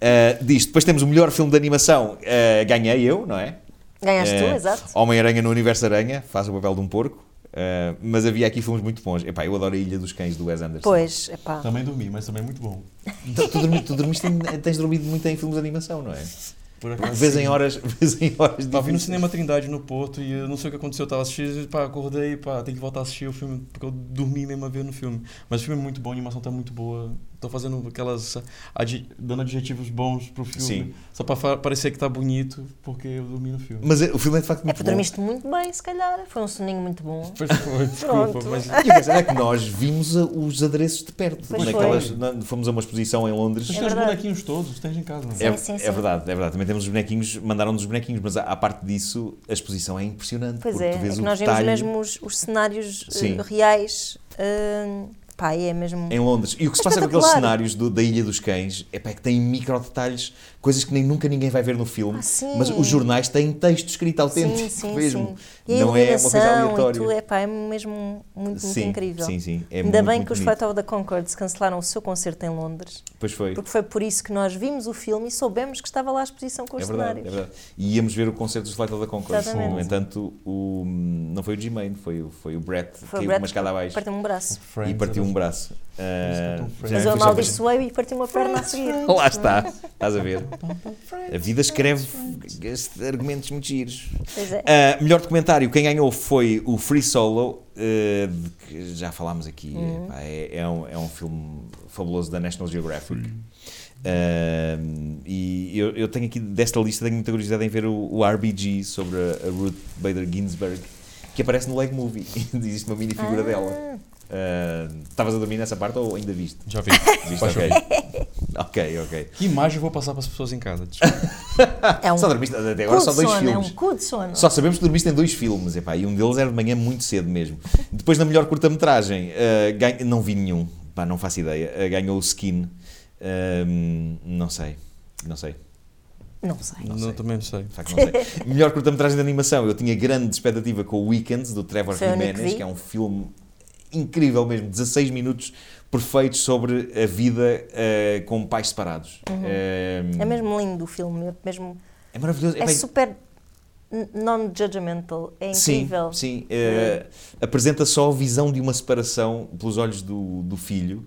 B: uh, disto. Depois temos o melhor filme de animação. Uh, ganhei eu, não é?
D: Ganhaste
B: Eh,
D: tu, exato.
B: Homem-Aranha no Universo Aranha, faz o papel de um porco. Uh, mas havia aqui filmes muito bons. Epá, eu adoro a Ilha dos Cães do Wes Anderson.
D: Pois, epá.
B: Então,
C: Também dormi, mas também é muito bom.
B: Tu, tu dormi- tu dormiste, em- tens dormido muito em filmes de animação, não é?
C: Por acaso.
B: Vês em
C: sim.
B: horas, vês em horas
C: Pá, vi no
B: difíceis.
C: cinema Trindade no Porto e eu não sei o que aconteceu. Eu tava assistindo e pá, acordei, pá, tem que voltar a assistir o filme porque eu dormi mesmo a ver no filme. Mas o filme é muito bom, a animação tá muito boa. Tô fazendo aquelas. adi- dando adjetivos bons pro filme.
B: Sim.
C: Só pra fa- parecer que tá bonito, porque eu dormi no filme.
B: Mas é- o filme é de facto
D: É
B: muito bom.
D: porque dormiste muito bem, se calhar. Foi um soninho muito bom.
C: Pois (laughs) foi, desculpa,
D: Pronto.
C: mas.
B: E o que é certo é que nós vimos a- os adereços de perto.
D: Pois
B: Naquelas,
D: foi.
B: na- fomos a uma exposição em Londres.
C: Vocês
D: É
C: têm os
D: verdade.
C: bonequinhos todos, tens em casa. não é?
B: É,
D: Sim, sim,
B: é
D: sim.
B: verdade, é verdade. Também temos os bonequinhos, mandaram-nos os bonequinhos, mas à, à parte disso, a exposição é impressionante.
D: Pois
B: porque
D: é,
B: tu
D: é
B: vês
D: que
B: o
D: nós vemos
B: detalhe
D: mesmo os, os cenários eh,
B: Sim.
D: reais. eh, pá, e é mesmo.
B: em Londres. E o que se
D: É
B: passa com aqueles
D: espetacular.
B: cenários do- da Ilha dos Cães é, pá, é que tem micro detalhes, coisas que nem, nunca ninguém vai ver no filme,
D: Ah, sim.
B: um mas os jornais têm texto escrito autêntico
D: sim, sim,
B: mesmo.
D: sim. E a
B: Não é uma coisa
D: iluminação
B: aleatória.
D: E tudo, é, pá, é mesmo muito, muito
B: sim,
D: incrível.
B: sim, sim. É
D: Ainda
B: muito,
D: bem
B: muito
D: que os
B: bonito.
D: Flight of the Concords cancelaram o seu concerto em Londres,
B: Pois foi.
D: porque foi por isso que nós vimos o filme e soubemos que estava lá a exposição com
B: É
D: os
B: verdade, é
D: cenários.
B: verdade. E íamos ver o concerto do Flight of the Conchords.
D: Exatamente.
B: No entanto, o, não foi o G-Main, foi, o- foi o Brett,
D: Foi o
B: caiu
D: Brett
B: uma escada abaixo
D: Partiu um braço.
B: e partiu um braço.
C: é
B: Ah,
C: tão
B: já
C: Friends.
D: Mas
B: foi
D: eu
B: só para-
D: amaldiçoei e partiu uma perna a seguir.
B: Lá está, estás a ver. A vida escreve este- argumentos muito giros.
D: Pois é.
B: Ah, melhor documentário, quem ganhou foi o Free Solo, eh, de que já falámos aqui.
D: Uhum.
B: Epá, é, é um, é um filme fabuloso da National Geographic. Ah, e eu, eu tenho aqui, desta lista, tenho muita curiosidade em ver o, o RBG sobre a, a Ruth Bader Ginsburg, que aparece no Leg Movie. (laughs) Existe uma minifigura dela. Ah, Estavas a dormir nessa parte ou ainda
C: (laughs)
B: viste?
C: Já vi.
B: Viste,
C: Baixou.
B: ok. ok, ok.
C: Que imagem eu vou passar para as pessoas em casa? Desculpa.
D: É um
B: Só dormiste, até
D: cu
B: agora
D: de
B: só dois
D: sono, é
B: filmes.
D: um cu de sono.
B: Só sabemos que dormiste em dois filmes, epá, e um deles era de manhã muito cedo mesmo. Depois, na melhor curta-metragem, ah, ganha- não vi nenhum, pá, não faço ideia. Ah, ganhou o Skin, Ahm, não sei, não sei.
D: Não sei.
B: Não
C: Não,
B: sei.
C: também não sei.
B: de facto não
D: (laughs)
B: sei. melhor curta-metragem de animação, eu tinha grande expectativa com o Weekends, do Trevor
D: Foi o único que
B: Jiménez,
D: vi.
B: que é um filme incrível mesmo, 16 minutos perfeitos sobre a vida ah, com pais separados. Ahm,
D: É mesmo lindo o filme, é mesmo
B: é maravilhoso.
D: é
B: epá,
D: super n- non-judgmental, é incrível. Hum.
B: Sim, sim. Eh, apresenta só a visão de uma separação pelos olhos do, do filho,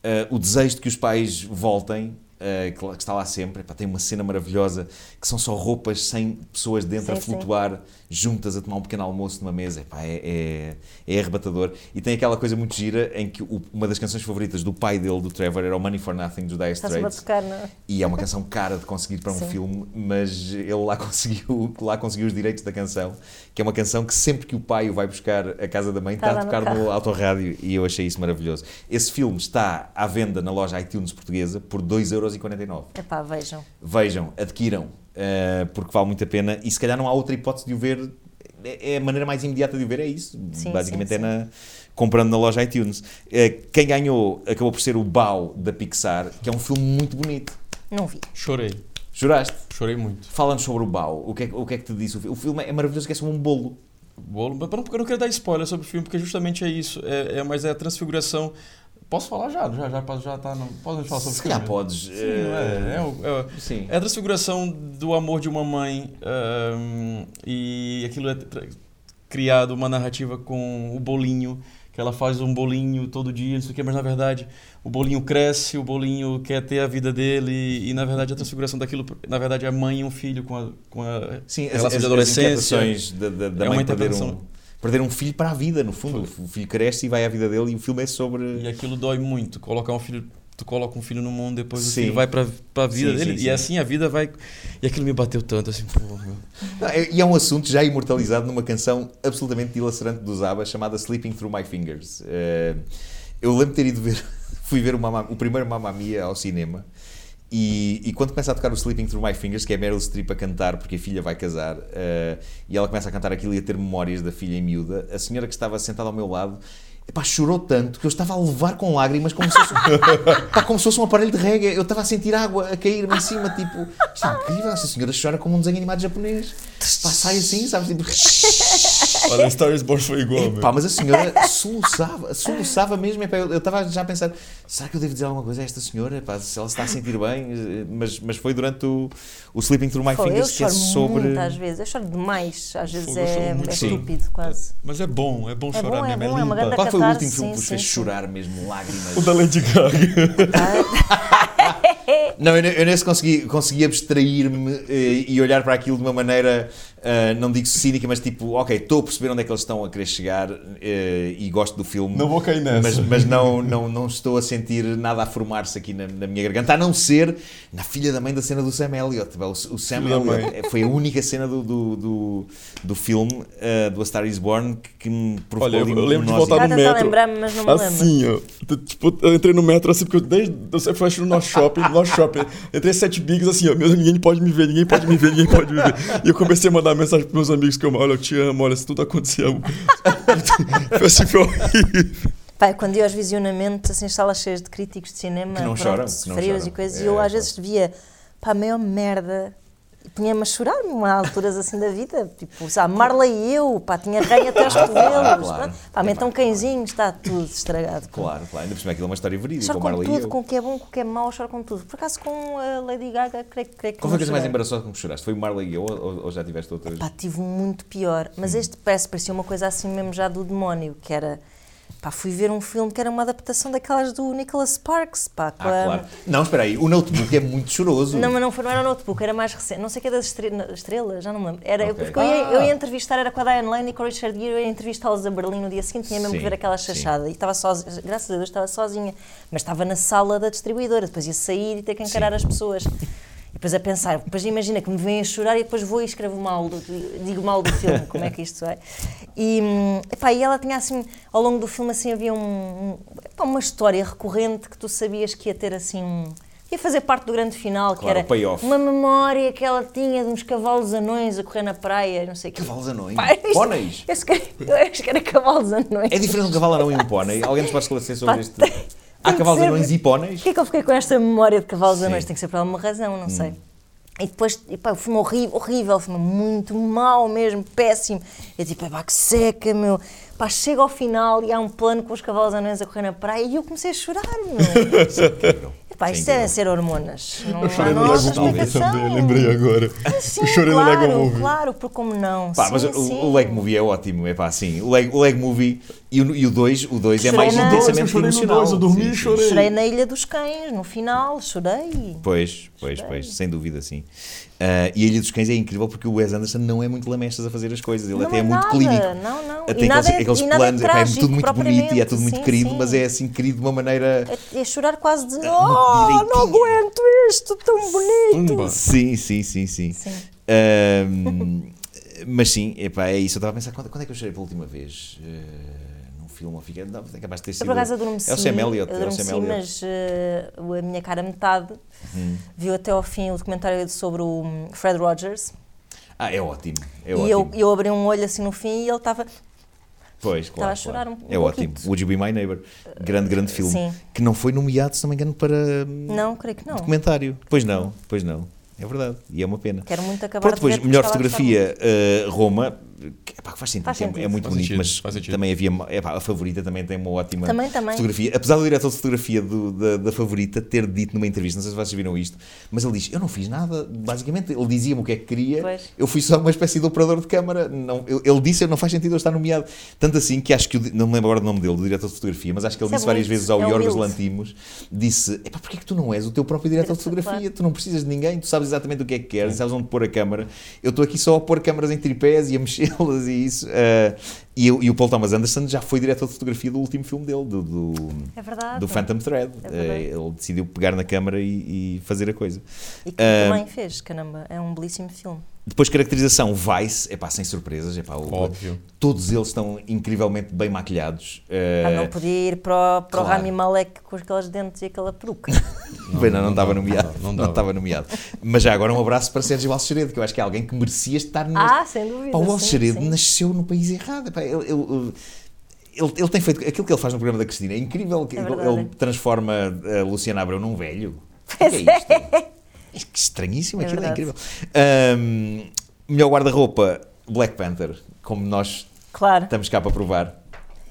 B: Eh, o desejo de que os pais voltem, eh, que, lá- que está lá sempre. Epá, tem uma cena maravilhosa que são só roupas sem pessoas dentro
D: Sim,
B: a
D: sim.
B: flutuar juntas a tomar um pequeno almoço numa mesa. Epá, é, é, é arrebatador. E tem aquela coisa muito gira em que o- uma das canções favoritas do pai dele, do Trevor, era o Money for Nothing do Dire
D: Está sempre a
B: Straits.
D: tocar, não é?
B: E é uma canção cara de conseguir para um
D: Sim.
B: filme, mas ele lá (laughs) conseguiu, lá conseguiu os direitos da canção, que é uma canção que sempre que o pai o vai buscar à casa da mãe está,
D: Está Tá lá
B: a
D: no
B: tocar
D: carro.
B: no autorrádio e eu achei isso maravilhoso. Esse filme está à venda na loja iTunes portuguesa por 2,49€.
D: Epá, vejam.
B: Vejam, adquiram, eh, porque vale muito a pena e se calhar não há outra hipótese de o ver. É é a maneira mais imediata de o ver, é isso.
D: Sim,
B: Basicamente
D: sim,
B: é
D: sim.
B: na, comprando na loja iTunes. Eh, Quem ganhou acabou por ser o Bao da Pixar, que é um filme muito bonito.
D: Não vi.
C: Chorei.
B: Juraste?
C: Chorei muito.
B: Fala-nos sobre o Bao. O que, é, que- o que é que te disse? o fi- O filme é maravilhoso, que é sobre um bolo.
C: Bolo. Mas não, porque eu não quero dar spoiler sobre o filme, porque justamente é isso. É, é- mas é a transfiguração. Posso falar já? Já, já, já tá. Não, podemos falar sobre
B: Se
C: o filme?
B: calhar podes. eh,
C: Sim, não é, é, o- é o-
B: Sim.
C: é a transfiguração do amor de uma mãe ahm, e aquilo é tra- criado uma narrativa com o bolinho, que ela faz um bolinho todo dia, não sei o que, mas na verdade o bolinho cresce, o bolinho quer ter a vida dele e na verdade a transfiguração daquilo, na verdade é a mãe e um filho com a, com a
B: Sim, as,
C: relações
B: as,
C: de
B: as
C: adolescência.
B: interpretações da, da, da
C: É uma
B: mãe perder um,
C: interpretação.
B: perder um filho para a vida, no fundo. O filho cresce e vai à vida dele e o filme é sobre.
C: E aquilo dói muito. Colocar um filho. Tu coloca um filho no mundo, depois
B: Sim.
C: o filho vai pra, pra vida
B: Sim,
C: dele.
B: sim,
C: e
B: sim.
C: assim a vida vai. E aquilo me bateu tanto, assim, pô, meu.
B: Não, é- e é um assunto já imortalizado numa canção absolutamente dilacerante dos ABBA chamada Sleeping Through My Fingers. Eh, eu lembro de ter ido ver, (laughs) fui ver o, Mamma- o primeiro Mamma Mia ao cinema e, e quando começa a tocar o Sleeping Through My Fingers, que é a Meryl Streep a cantar porque a filha vai casar, eh, e ela começa a cantar aquilo e a ter memórias da filha em miúda, a senhora que estava sentada ao meu lado epá, chorou tanto que eu estava a levar com lágrimas como se fosse,
C: (laughs)
B: pá, como se fosse um aparelho de rega. Eu estava a sentir água a cair-me em cima, tipo, isto é incrível, essa senhora chora como um desenho animado japonês. Pá, sai assim, sabes? Tipo,
C: Olha, Stories Born foi igual,
B: Epá, mas a senhora soluçava, soluçava mesmo. Epá, eu eu estava já a pensar, será que eu devo dizer alguma coisa a esta senhora? Epá, se ela se está a sentir bem, eh, mas, mas foi durante o, o Sleeping Through My
D: Pô, eu
B: Fingers que é
D: choro
B: sobre.
D: muito às vezes, eu choro demais, às vezes
C: Fogo, eu choro
D: é,
C: muito,
D: é
B: sim.
D: estúpido quase.
C: Mas é bom, é bom
D: É bom, é bom, é uma grande
B: Qual foi o último
D: catarse,
B: filme que
D: sim,
B: vos fez
D: sim, sim.
B: chorar mesmo lágrimas?
C: O da Lady Gaga.
B: Não, eu, ne- eu nem se consegui, consegui abstrair-me eh, e olhar para aquilo de uma maneira ah, não digo cínica, mas tipo, ok, estou a perceber onde é que eles estão a querer chegar eh, e gosto do filme.
C: (laughs) Não vou cair nessa.
B: Mas, mas não, não, não estou a sentir nada a formar-se aqui na, na minha garganta, a não ser na filha da mãe da cena do Sam Elliott. Tipo, é O o Sam
C: Filha da mãe.
B: Elliott foi a única cena do, do, do, do filme, ah, do A Star is Born, que, que me provocou
C: Olha, eu,
B: ali
C: eu
B: um
C: lembro de
B: nozinho.
C: voltar no
D: Estava a
C: metro.
D: tentar lembrar-me, mas não
B: Ah,
D: me lembro.
C: assim, ó. T- Tipo, eu entrei no metro assim, porque eu, desde, eu sempre fui acho, no nosso shopping, no nosso shopping. Entrei sete bigs assim, ó. Meu, ninguém pode me ver, ninguém pode me ver, ninguém pode me ver. E eu comecei a mandar mensagem pros meus amigos que eu, olha, eu te amo, olha, se tudo acontecer. eu- (laughs) Foi assim, foi horrível.
D: Pá, quando ia aos visionamentos, assim, salas cheias de críticos de cinema,
B: Que não
D: pronto,
B: choram,
D: de
B: que não
D: frios
B: choram.
D: e coisas,
B: É,
D: e eu às
B: pá.
D: vezes via, pá, a maior merda, e punha-me a chorar a alturas assim da vida, tipo, sabe, Marla e eu, pá, tinha ranho
B: (laughs)
D: até aos
B: Claro,
D: cogumelos,
B: Ah, claro.
D: pronto. pá,
B: Tem
D: metam um
B: mais, claro.
D: cãezinho, está tudo estragado.
B: Claro, claro, ainda por cima aquilo é uma história verídica.
D: Choro
B: o
D: com
B: Marley e
D: tudo,
B: eu.
D: com o que é bom, com o que é mau, choro com tudo. Por acaso com a Lady Gaga, creio, creio que
B: Qual foi
D: não
B: a coisa mais
D: chorei.
B: embaraçosa com que choraste? Foi o Marley e eu ou, ou já tiveste outras?
D: Pá, tive um muito pior. Mas este parece, parecia uma coisa assim mesmo já do demónio, que era... Pá, fui ver um filme que era uma adaptação daquelas do Nicholas Sparks, pá, com
B: Ah,
D: a-
B: claro. Não, espera aí, o Notebook é muito choroso.
D: Não, mas não, foi, não era o notebook, era mais recente. Não sei o que é das estre- na- estrelas, já não me lembro. Era,
B: Ok.
D: Porque eu ia,
B: Ah!
D: eu ia entrevistar, era com a Diane Lane e com o Richard Gere, eu ia entrevistá-los a Berlim no dia seguinte, tinha mesmo
B: Sim,
D: que ver aquela
B: sim.
D: chachada. E estava sozinha, graças a Deus estava sozinha, mas estava na sala da distribuidora, depois ia sair e ter que encarar as pessoas. E depois a pensar, depois imagina que me vêm a chorar e depois vou e escrevo mal, do, digo mal do filme, como é que isto é? E, hum, epá, e ela tinha assim, ao longo do filme assim havia um, um- epá, uma história recorrente que tu sabias que ia ter assim um... Ia fazer parte do grande final, que
B: Claro,
D: era
B: o payoff.
D: uma memória que ela tinha de uns cavalos anões a correr na praia, não sei o quê.
B: Cavalos anões?
D: Pá, (laughs) isto- é-
B: Póneis?
D: Eu acho que- eu acho que era cavalos anões.
B: É diferente um cavalo anão e um pônei? Alguém nos pode esclarecer sobre
D: Pá,
B: este?
D: tem-
B: Há
D: que
B: cavalos
D: ser-
B: anões e póneis?
D: Porquê é que eu fiquei com esta memória de cavalos
B: Sim.
D: anões? Tem que ser por alguma razão, não sei. E depois, e pá, o filme horrível, horrível, filme muito mau mesmo, péssimo. Eu tipo, pá, que seca, meu. Pá, chega ao final e há um plano com os cavalos anões a correr na praia e eu comecei a chorar, meu. Epá, isto deve ser hormonas. Não,
E: Eu chorei
D: não
E: no
D: há
E: Lego
D: outra
E: Movie
D: explicação.
B: né?
E: também, lembrei agora.
D: Sim,
E: eu chorei no
D: claro,
E: Lego Movie.
D: Claro, porque como não?
B: Pá,
D: sim,
B: mas o,
D: sim.
B: o Lego Movie é ótimo, é pá, assim. O Lego, o Lego Movie e o- e o 2, o 2 é
D: Chorei
B: mais
D: na-
C: Eu
B: intensamente
C: chorei no
B: emocional.
C: dois, eu dormi
B: Sim,
C: e
B: sim.
C: chorei.
D: Chorei na Ilha dos Cães, no final, chorei.
B: Pois, pois, pois, sem dúvida, sim. Ah, e a Ilha dos Cães é incrível porque o Wes Anderson não é muito lamechas a fazer as coisas, ele
D: Não
B: até é,
D: é
B: muito
D: nada,
B: clínico.
D: não, não.
B: Até
D: E nada
B: aqueles,
D: é-
B: aqueles
D: e nada é
B: planos, epá, é
D: trágico,
B: tudo muito bonito e é tudo muito
D: propriamente,
B: querido,
D: sim,
B: mas
D: sim.
B: é assim querido de uma maneira.
D: É, é chorar quase de. Oh, não aguento isto, tão bonito!
C: Pumba.
B: Sim, sim, sim, sim.
D: Sim.
B: Ahm, mas sim, epá, é isso. Eu estava a pensar quando, quando é que eu chorei pela última vez? Eh, num filme ou fica. Não, é capaz de ter
D: Eu
B: sido.
D: por acaso adormeci,
B: é o Sam Elliott. É o
D: adormeci
B: Sam Elliott. Uhum.
D: mas eh, a minha cara metade viu até ao fim o documentário sobre o hum, Fred Rogers
B: Ah, é ótimo. É
D: e eu,
B: ótimo.
D: eu abri um olho assim no fim e ele estava
B: pois, claro.
D: a chorar
B: claro.
D: um- um
B: é ótimo.
D: pouquito.
B: Would You Be My Neighbor? Grande, grande filme.
D: sim.
B: Que não foi nomeado, se não me engano, para hum,
D: não, creio que não
B: documentário. Pois não, pois não. É verdade. E é uma pena.
D: quero muito acabar
B: Pronto,
D: de
B: depois,
D: ver,
B: melhor
D: porque estava a gostar
B: fotografia, eh, Roma, que epá, que faz sentido,
D: Faz
B: que é- é
D: sentido.
B: muito
C: Faz
B: bonito,
C: sentido,
B: mas
C: faz sentido.
B: também havia, epá, a favorita também tem uma ótima
D: Também, também.
B: fotografia. Apesar do diretor de fotografia do- da, da favorita ter dito numa entrevista, não sei se vocês viram isto, mas ele diz, eu não fiz nada, basicamente, ele dizia-me o que é que queria,
D: Pois.
B: eu fui só uma espécie de operador de câmara, não, ele, ele disse, não faz sentido eu estar nomeado, tanto assim que acho que, o di- não me lembro agora do nome dele, do diretor de fotografia, mas acho que ele
D: Isso é
B: disse várias
D: bonito,
B: vezes ao
D: é
B: Yorgos
D: humilde.
B: Lantimos, disse, epá, porquê que tu não és o teu próprio diretor de
D: (laughs) Claro.
B: fotografia? Tu não precisas de ninguém, tu sabes exatamente o que é que queres, sabes onde pôr a câmara. Eu estou aqui só a pôr câmaras em tripés e a (laughs) mexê-las e isso. Ah, e, o- e o Paul Thomas Anderson já foi diretor de fotografia do último filme dele, do, do,
D: É verdade.
B: do Phantom Thread.
D: É
B: Ah,
D: verdade.
B: ele decidiu pegar na câmara e, e fazer a coisa.
D: e que
B: Ah,
D: também fez, caramba, é um belíssimo filme
B: Depois, caracterização Vice, epá, sem surpresas, epá, o-
C: Óbvio.
B: todos eles estão incrivelmente bem maquilhados.
D: Ah,
B: Ah,
D: não podia ir para o, para o
B: claro.
D: Rami Malek com aqueles dentes e aquela
B: (laughs)
D: peruca.
B: Bem, não, não
C: não
B: estava
C: dava,
B: nomeado.
C: não dava, não
B: Não
C: dava.
B: estava nomeado. Mas já agora um abraço para Sérgio Alceredo, que eu acho que é alguém que merecia estar neste.
D: ah, sem dúvida.
B: Pá, o
D: sim,
B: Alceredo
D: sim.
B: nasceu no país errado. Pá, ele, ele- ele- ele tem feito. Aquilo que ele faz no programa da Cristina é incrível. que
D: É
B: ele,
D: verdade.
B: ele transforma a Luciana Abreu num velho. O que é isto? É que estranhíssimo,
D: É
B: aquilo é
D: verdade.
B: incrível. Ahm, melhor guarda-roupa, Black Panther, como nós
D: Claro.
B: estamos cá para provar.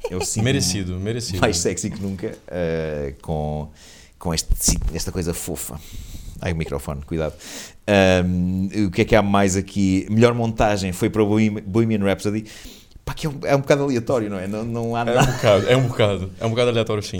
B: Eu sinto
C: Merecido, merecido.
B: mais sexy que nunca eh, com, com este- esta coisa fofa. Ai, o microfone, cuidado. Ahm, o que é que há mais aqui? Melhor montagem foi para Bohemian Bohemian Rhapsody. Pá, que é um, é um bocado aleatório, não é? Não, não há
C: É um
B: nada.
C: bocado, é um bocado. É um bocado aleatório, sim.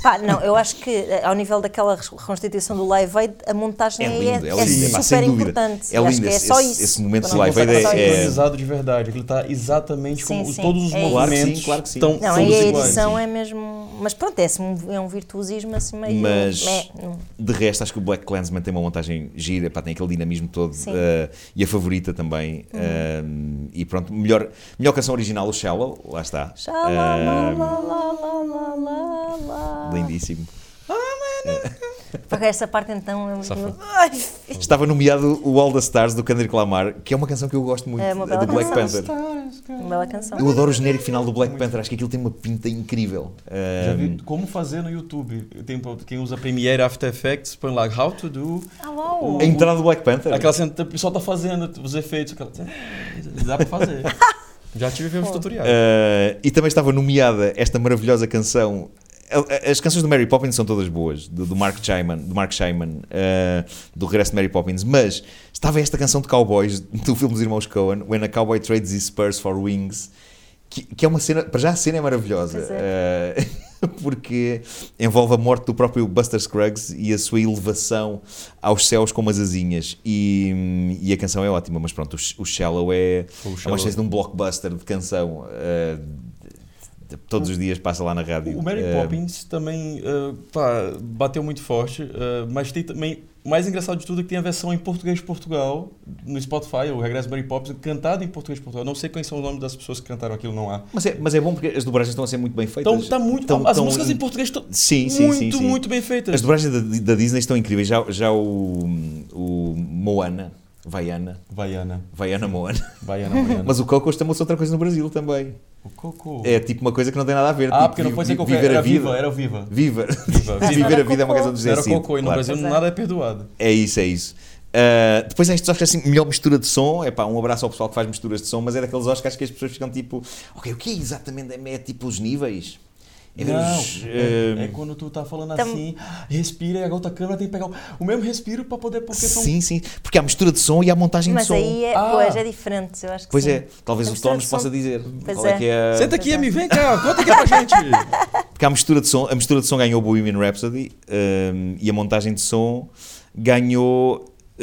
D: Pá, não, eu acho que eh, ao nível daquela res- reconstituição do Live Aid, a montagem
B: É
D: aí
B: lindo,
D: é,
B: é lindo,
D: é
B: pá, sem
D: super
B: dúvida.
D: importante.
B: É
D: Acho
B: lindo
D: que é
B: esse-
D: só
B: esse-
D: isso.
B: esse momento
D: Quando
B: de
D: a
B: Live
D: música
B: Aid é-
D: está só isso.
C: tá Sincronizado de verdade, que ele está exatamente
D: Sim,
C: como
D: sim,
C: todos os
D: é isso.
B: Claro que sim,
C: movimentos
B: claro que sim.
C: estão
D: Não,
C: todos
D: aí a
C: iguais.
D: edição é mesmo. Mas pronto, é, assim um- é um virtuosismo assim meio.
B: Mas-
D: meh, não-
B: (laughs) De resto, acho que o Black Clansman tem uma montagem gira, pá, tem aquele dinamismo todo
D: Sim. Uhum.
B: eh, e a favorita também. eh, e pronto, melhor, melhor canção original, o Shallow, lá está. Eh,
D: Xalalalalalalala.
B: lindíssimo.
D: Porque essa parte então é muito.
C: Safa.
D: Ai,
B: Estava nomeado o All the Stars do Kendrick Lamar, que é uma canção que eu gosto muito,
D: É uma bela
B: do Black
D: canção.
B: Panther.
D: uma bela canção.
B: Eu adoro o genérico final do Black Panther, acho que aquilo tem uma pinta incrível. Eh,
C: Já vi como fazer no YouTube. Tem pra- quem usa Premiere After Effects, põe lá How to do.
D: Ah, uau.
B: a entrada do Black Panther.
C: Aquela cena, o pessoal tá fazendo os efeitos. Aquela... Dá pra
D: (laughs)
C: fazer. Já tive ver uns tutoriais.
B: Uh, e também estava nomeada esta maravilhosa canção. A- a- As canções do Mary Poppins são todas boas, do, do Mark Shyman, do, Mark Shyman uh, do regresso de Mary Poppins, mas estava esta canção de Cowboys (laughs) do filme dos Irmãos Coen, When a Cowboy Trades His Spurs for Wings, que, que é uma cena, para já a cena é maravilhosa,
D: Pois
B: uh, (laughs) porque envolve a morte do próprio Buster Scruggs e a sua elevação aos céus como as asinhas. E, e a canção é ótima, mas pronto, o, Sh- o Shallow é.
C: Ou
B: É
C: o
B: uma
C: Shallow.
B: espécie de um blockbuster de canção. eh, de- todos os dias passa lá na rádio.
C: O Mary
B: Eh,
C: Poppins também eh, pá, bateu muito forte, eh, mas tem também. O mais engraçado de tudo é que tem a versão em português de Portugal, no Spotify, o Regresso de Mary Poppins, cantada em português de Portugal. Não sei quais são os nomes das pessoas que cantaram aquilo, não há.
B: Mas é, mas é bom porque as dobragens estão a ser muito bem feitas.
C: Então tá muito.
B: Tão-
C: as
B: tão-
C: músicas em português estão
B: Sim, sim,
C: muito,
B: sim, sim.
C: muito bem feitas.
B: As dobragens da, da Disney estão incríveis. Já, já o, o Moana, Vaiana,
C: Vaiana,
B: Vaiana Moana. (laughs)
C: Vaiana, Vaiana.
B: Mas o Coco chamou-se outra coisa no Brasil também.
C: o Coco.
B: É tipo uma coisa que não tem nada a ver.
C: ah,
B: tipo,
C: porque não
B: vi-
C: foi ser
B: vi-
C: Coco,
B: viver
C: era
B: a vida.
C: Viva, era o Viva.
B: Viva.
C: Viva.
D: Viva.
B: (laughs) Viver a vida é uma
D: Era
B: canção do José
C: Era
B: Cid,
C: Coco, e no
B: claro.
C: Brasil
D: Pois é.
C: nada é perdoado.
B: É isso, é isso. Ah, depois há estes Oscars assim, melhor mistura de som. É pá, um abraço ao pessoal que faz misturas de som, mas é daqueles Oscars que as pessoas ficam tipo, ok, o que é exatamente? É, é tipo os níveis? É ver
C: Não,
B: os,
C: é,
B: ah,
C: é quando tu tá falando
D: Tam-
C: assim, respira e a outra câmera tem que pegar o, o mesmo respiro pra poder. Porque são
B: Sim, sim, porque há mistura de som e há montagem de
D: Mas
B: som.
D: aí é,
C: Ah.
D: pois, é diferente, eu acho que
B: um- Pois
D: sim.
B: é, talvez
D: A
B: o
D: mistura
B: Tom nos
D: de som.
B: possa dizer
D: Pois
B: qual é,
D: é.
B: que é a-
C: Senta aqui, Amy, vem cá, conta aqui pra gente.
B: (laughs) Porque há mistura de som, a mistura de som ganhou o Bohemian Rhapsody ah, e a montagem de som ganhou ah,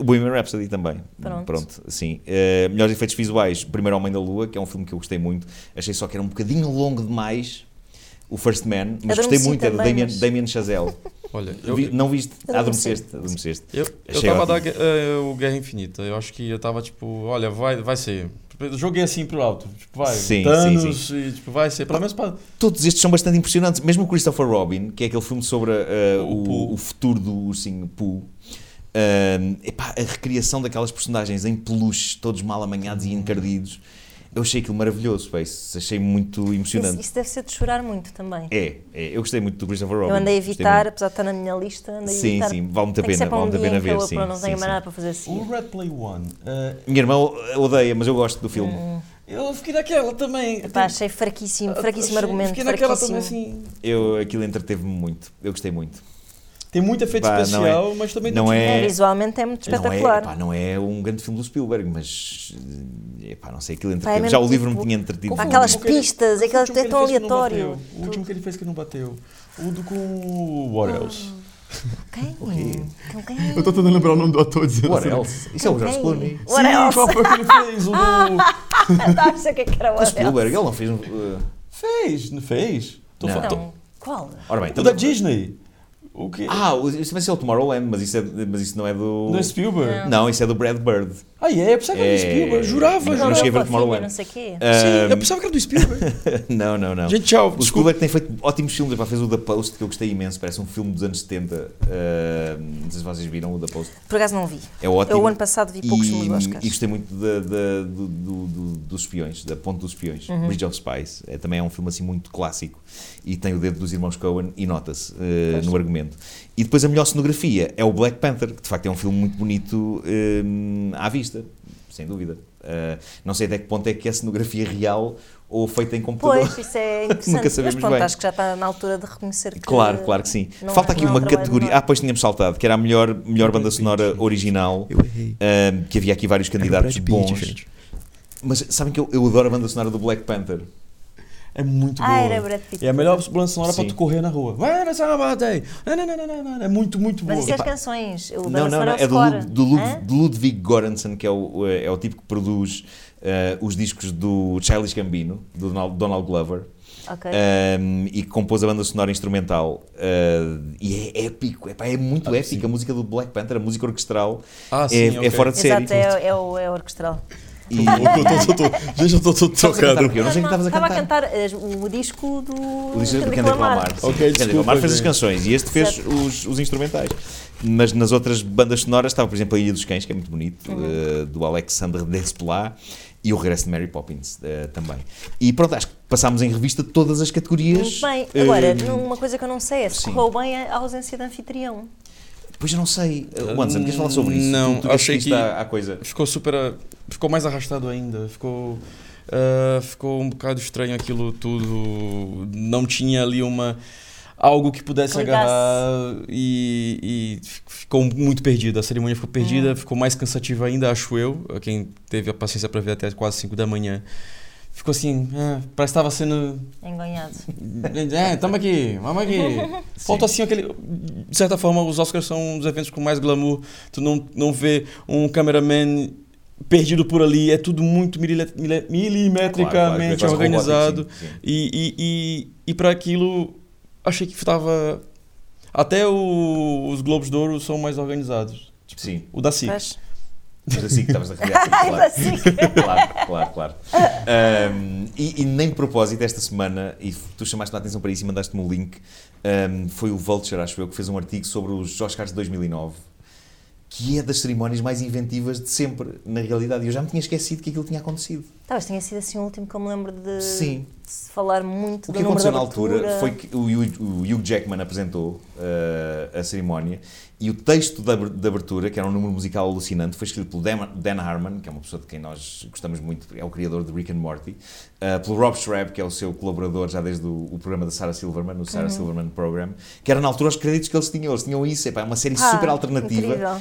B: o Bohemian Rhapsody também.
D: Pronto.
B: sim. Ah, melhores efeitos visuais, Primeiro Homem da Lua, que é um filme que eu gostei muito. Achei só que era um bocadinho longo demais, o First Man, mas gostei
D: Adormeci
B: muito, é do
D: também,
B: Damien,
D: mas-
B: Damien Chazelle.
C: Olha,
B: Vi- não viste?
D: Adormeci.
B: Adormeceste, adormeceste.
C: Eu, eu
B: Achei
C: tava
B: ótimo.
C: da gue- eh, o Guerra Infinita. Eu acho que eu tava tipo, olha, vai, vai ser. Eu Joguei assim pro alto. Tipo, vai.
B: Sim,
C: Thanos
B: sim, Tá.
C: e tipo, vai ser. Pelo menos pra.
B: Todos estes são bastante impressionantes. Mesmo o Christopher Robin, que é aquele filme sobre ah,
C: O
B: o,
C: Pooh.
B: o futuro do ursinho Pooh. ah, epá, a recriação daquelas personagens em peluche, todos mal amanhados e
C: Uhum.
B: encardidos. Eu achei aquilo maravilhoso, pá, isso achei muito
D: Isso,
B: emocionante.
D: isso deve ser de chorar muito também.
B: É, é, eu gostei muito do Christopher Robin.
D: eu andei a
B: gostei
D: evitar,
B: muito.
D: apesar de estar na minha lista, andei
B: Sim,
D: a evitar.
B: sim, vale muito a
D: Tem que
B: pena,
D: ser para um
B: vale muito a
D: dia
B: pena
D: em que
B: ver.
D: eu
B: Sim,
D: apro- não
B: sim,
D: tenho mais
B: sim. Uhum.
D: nada para fazer assim.
C: O Red Play One. eh,
B: Minha irmã odeia, mas eu gosto do filme.
D: Uhum.
C: eu fiquei naquela também.
D: Pá, achei fraquíssimo, fraquíssimo
C: Achei-
D: argumento.
C: Fiquei naquela
D: fraquíssimo.
C: também assim.
B: Eu, aquilo entreteve-me muito, eu gostei muito.
C: assim, Tem muito efeito
B: Pá, não é
C: especial, mas também
B: Não
C: tem-
D: É,
B: é,
D: visualmente é muito
B: Não é,
D: espetacular.
B: epá, não é um grande filme do Spielberg, mas eh, epá, não sei, aquilo
D: Pá, é
B: entreteve.
D: mesmo
B: Já o livro
D: tipo-
B: me tinha entretido.
C: Qual foi o
D: Aquelas
C: último um que ele-
D: pistas,
C: qual foi o
D: aquelas-
C: último que
D: é tão
C: ele fez que não
D: aleatório.
C: bateu? O último que ele fez que não bateu. O do com o
D: Ah.
C: Warrells.
D: Quem? Com quem?
E: Eu tô tentando lembrar o nome do ator dizendo
B: What
E: assim.
B: else? Isso é o George
D: Quem?
B: Clooney.
D: What
C: Sim,
D: else?
C: qual foi que ele fez? O do.
D: (laughs) Tá, não sei o que é que era o
B: O
D: What
B: Spielberg, ele
D: else.
B: não fez. eh,
C: Fez, não fez? Tô
B: Não.
C: fa- tô-
D: Não. Então, Qual?
B: ora bem,
C: O da Disney. O que?
B: Ah, o- isso, mas isso é o Tomorrowland, mas isso, é, mas isso não é do.
C: Do Spielberg?
B: Não, isso é do Brad Bird. (laughs)
C: Ah, é? Eu pensava que era do
B: É.
C: Spielberg. Jurava,
B: Não,
D: Qual
C: jurava.
B: cheguei a ver
D: era o
B: Tomorrowland.
D: fofinho, Não sei o quê.
C: Sim, eu pensava que era do
D: (laughs)
C: Spielberg.
B: Não, não, não.
C: Gente, tchau.
B: o
C: Desculpa.
B: Spielberg tem feito ótimos filmes. Epá, fez o The Post, que eu gostei imenso. Parece um filme dos anos 70. eh, não sei se vocês viram o The Post.
D: Por acaso não vi.
B: É ótimo.
D: Eu o ano passado vi poucos filmes
B: e,
D: dos
B: e
D: Oscars.
B: gostei muito da- da- do- do- do- dos espiões, da Ponte dos Espiões,
D: Uhum.
B: Bridge of Spies. É, também é um filme assim muito clássico e tem o dedo dos irmãos Coen e nota-se eh, no argumento. E depois a melhor cenografia é o Black Panther, que de facto é um filme muito bonito eh, à vista, sem dúvida. Eh, não sei até que ponto é que é cenografia real ou feita em computador.
D: Pois, isso é interessante.
B: sabemos
D: Mas pronto,
B: bem.
D: acho que já está na altura de reconhecer que.
B: (laughs) Claro, claro que sim.
D: não-
B: Falta aqui
D: não é um
B: uma
D: trabalho
B: categoria.
D: menor.
B: Ah, pois tínhamos saltado, que era a melhor, melhor banda sonora original.
E: Eu errei.
B: Ahm, que havia aqui vários
E: Era o
B: candidatos
E: Brad Pitt,
B: bons,
E: gente.
B: Mas sabem que eu, eu adoro a banda sonora do Black Panther.
C: É muito
D: Ah,
C: boa.
D: era Brad Pitt.
C: É a melhor banda sonora para
B: Sim.
C: tu correr na rua. Vai, vai, vai, vai, vai. Não, não, não, não, não, não. É muito, muito boa.
D: Mas isso é as
C: Epá,
D: canções. O
B: Não, não, não, é do, Lud- do Lud- de Ludwig Göransson, que é o, é o tipo que produz eh, os discos do Charles Gambino, do Donald, Donald Glover,
D: Ok.
B: ehm, e que compôs a banda sonora instrumental. eh, e é épico, epá, é muito
C: Ah,
B: épico. A música do Black Panther, a música orquestral,
C: Ah,
B: é,
C: sim,
B: é
C: ok.
B: fora de série.
D: Exato, é, é o, é o orquestral.
B: E-
C: Eu tô- tô- tô- tô- Gente, eu tô todo
B: Estavas a cantar
C: tocado.
B: porque eu não sei o que estavas a
D: Estava a
B: cantar.
D: cantar eh, o disco do,
B: O disco do
D: Kendrick
B: Kendrick
D: Lamar.
B: Lamar. sim.
C: Ok,
B: Kendrick
C: desculpa,
B: Lamar fez as
C: gente.
B: canções e este fez os, os instrumentais. Mas nas outras bandas sonoras estava, por exemplo, a Ilha dos Cães, que é muito bonito,
D: Uhum.
B: eh, do Alexandre Desplat e o regresso de Mary Poppins eh, também. E pronto, acho que passámos em revista todas as categorias.
D: Muito bem, agora,
B: Eh,
D: uma coisa que eu não sei é se
B: sim.
D: correu bem a ausência de anfitrião.
B: Pois eu não sei. Uh, Anderson, queres falar sobre isso?
C: Não,
B: tu, tu que
C: achei
B: assististe
C: que-
B: à, à coisa.
C: Ficou super. ah, Ficou mais arrastado ainda. Ficou. ah, ficou um bocado estranho aquilo tudo. Não tinha ali uma. Algo que pudesse
D: Ligasse.
C: agarrar e, e fi- ficou muito perdida. A cerimônia ficou perdida, ficou mais cansativa ainda, acho eu. ah, Quem teve a paciência para ver até quase 5 da manhã. Ficou assim, ah, parece que estava sendo
D: Enganhado.
C: É, tamo aqui, vamos aqui. (laughs) Falta assim aquele. De certa forma, os Oscars são um dos eventos com mais glamour. Tu não, não vê um cameraman perdido por ali. É tudo muito mirile- mile-
B: Claro, claro,
C: milimetricamente
B: quase
C: é organizado.
B: robótico, sim, sim.
C: E, e, e, e para aquilo, achei que tava. Até o- os Globos de Ouro são mais organizados. Tipo,
B: Sim,
C: O da SIC.
D: (laughs) Faz?
B: mas assim que estavas a
D: (laughs)
B: regar. claro.
D: Assim.
B: claro, claro, claro. Um, e, e nem de propósito, esta semana, e tu chamaste-me a atenção para isso e mandaste-me um link, um, foi o Vulture, acho eu, que fez um artigo sobre os Oscars de 2009, que é das cerimónias mais inventivas de sempre, na realidade. E eu já me tinha esquecido que aquilo tinha acontecido.
D: Talvez tenha sido assim o último que eu me lembro de,
B: Sim.
D: de se falar muito
B: O
D: do
B: que
D: número
B: aconteceu
D: de
B: na altura
D: abertura.
B: foi que o Hugh, o Hugh Jackman apresentou uh, a cerimónia e o texto da aber- de abertura, que era um número musical alucinante, foi escrito pelo Dan, Dan Harmon, que é uma pessoa de quem nós gostamos muito, é o criador de Rick and Morty, uh, pelo Rob Schraub, que é o seu colaborador já desde o, o programa da Sarah Silverman, o
D: Uhum.
B: Sarah Silverman Program, que era na altura os créditos que eles tinham. Eles tinham isso, epá, é uma série
D: Ah,
B: super alternativa.
D: Incrível.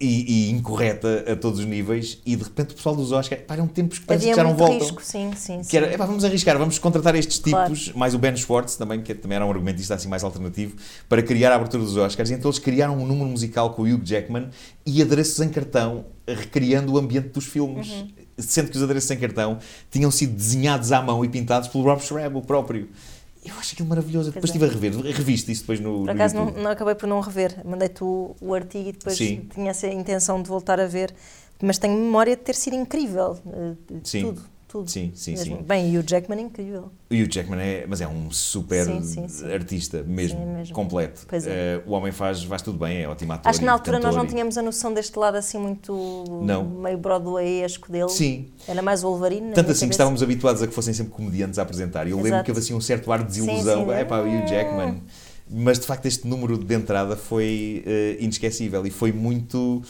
B: E, e incorreta a todos os níveis, e de repente o pessoal dos Oscar pá, eram tempos que parece que
D: Havia
B: já não
D: muito
B: voltam.
D: risco, sim, sim.
B: Que
D: sim.
B: era, "Epá, vamos arriscar, vamos contratar estes
D: Claro.
B: tipos, mais o Ben Schwartz também, que também era um argumentista assim mais alternativo, para criar a abertura dos Oscars. E então eles criaram um número musical com o Hugh Jackman e adereços em cartão, recriando o ambiente dos filmes.
D: Uhum.
B: Sendo que os adereços em cartão tinham sido desenhados à mão e pintados pelo Rob Schraub, o próprio. Eu acho aquilo maravilhoso.
D: Pois
B: Depois
D: é.
B: estive a rever, reviste isso depois no,
D: Por
B: no
D: acaso não,
B: YouTube.
D: não acabei por não rever. Mandei-te o, o artigo e depois
B: Sim.
D: tinha essa intenção de voltar a ver. Mas tenho memória de ter sido incrível. eh, de
B: Sim.
D: Tudo, tudo.
B: Sim, sim,
D: mesmo.
B: sim.
D: Bem, e o Jackman é incrível.
B: O Hugh Jackman é, mas é um super
D: Sim, sim, sim.
B: artista mesmo,
D: Sim, é mesmo.
B: completo.
D: Pois é.
B: Eh, o homem faz, faz tudo bem, é ótimo ator.
D: Acho que na
B: e
D: altura nós
B: cantor
D: não
B: e-
D: tínhamos a noção deste lado assim muito
B: Não.
D: meio Broadway-esco dele.
B: Sim,
D: Era mais Wolverine. na
B: Tanto assim
D: minha
B: que
D: cabeça.
B: estávamos habituados a que fossem sempre comediantes a apresentar. Eu lembro
D: Exato.
B: que havia assim um certo ar de
D: Sim,
B: desilusão.
D: sim.
B: É pá, o Jackman. Mas de facto este número de entrada foi eh, inesquecível e foi muito.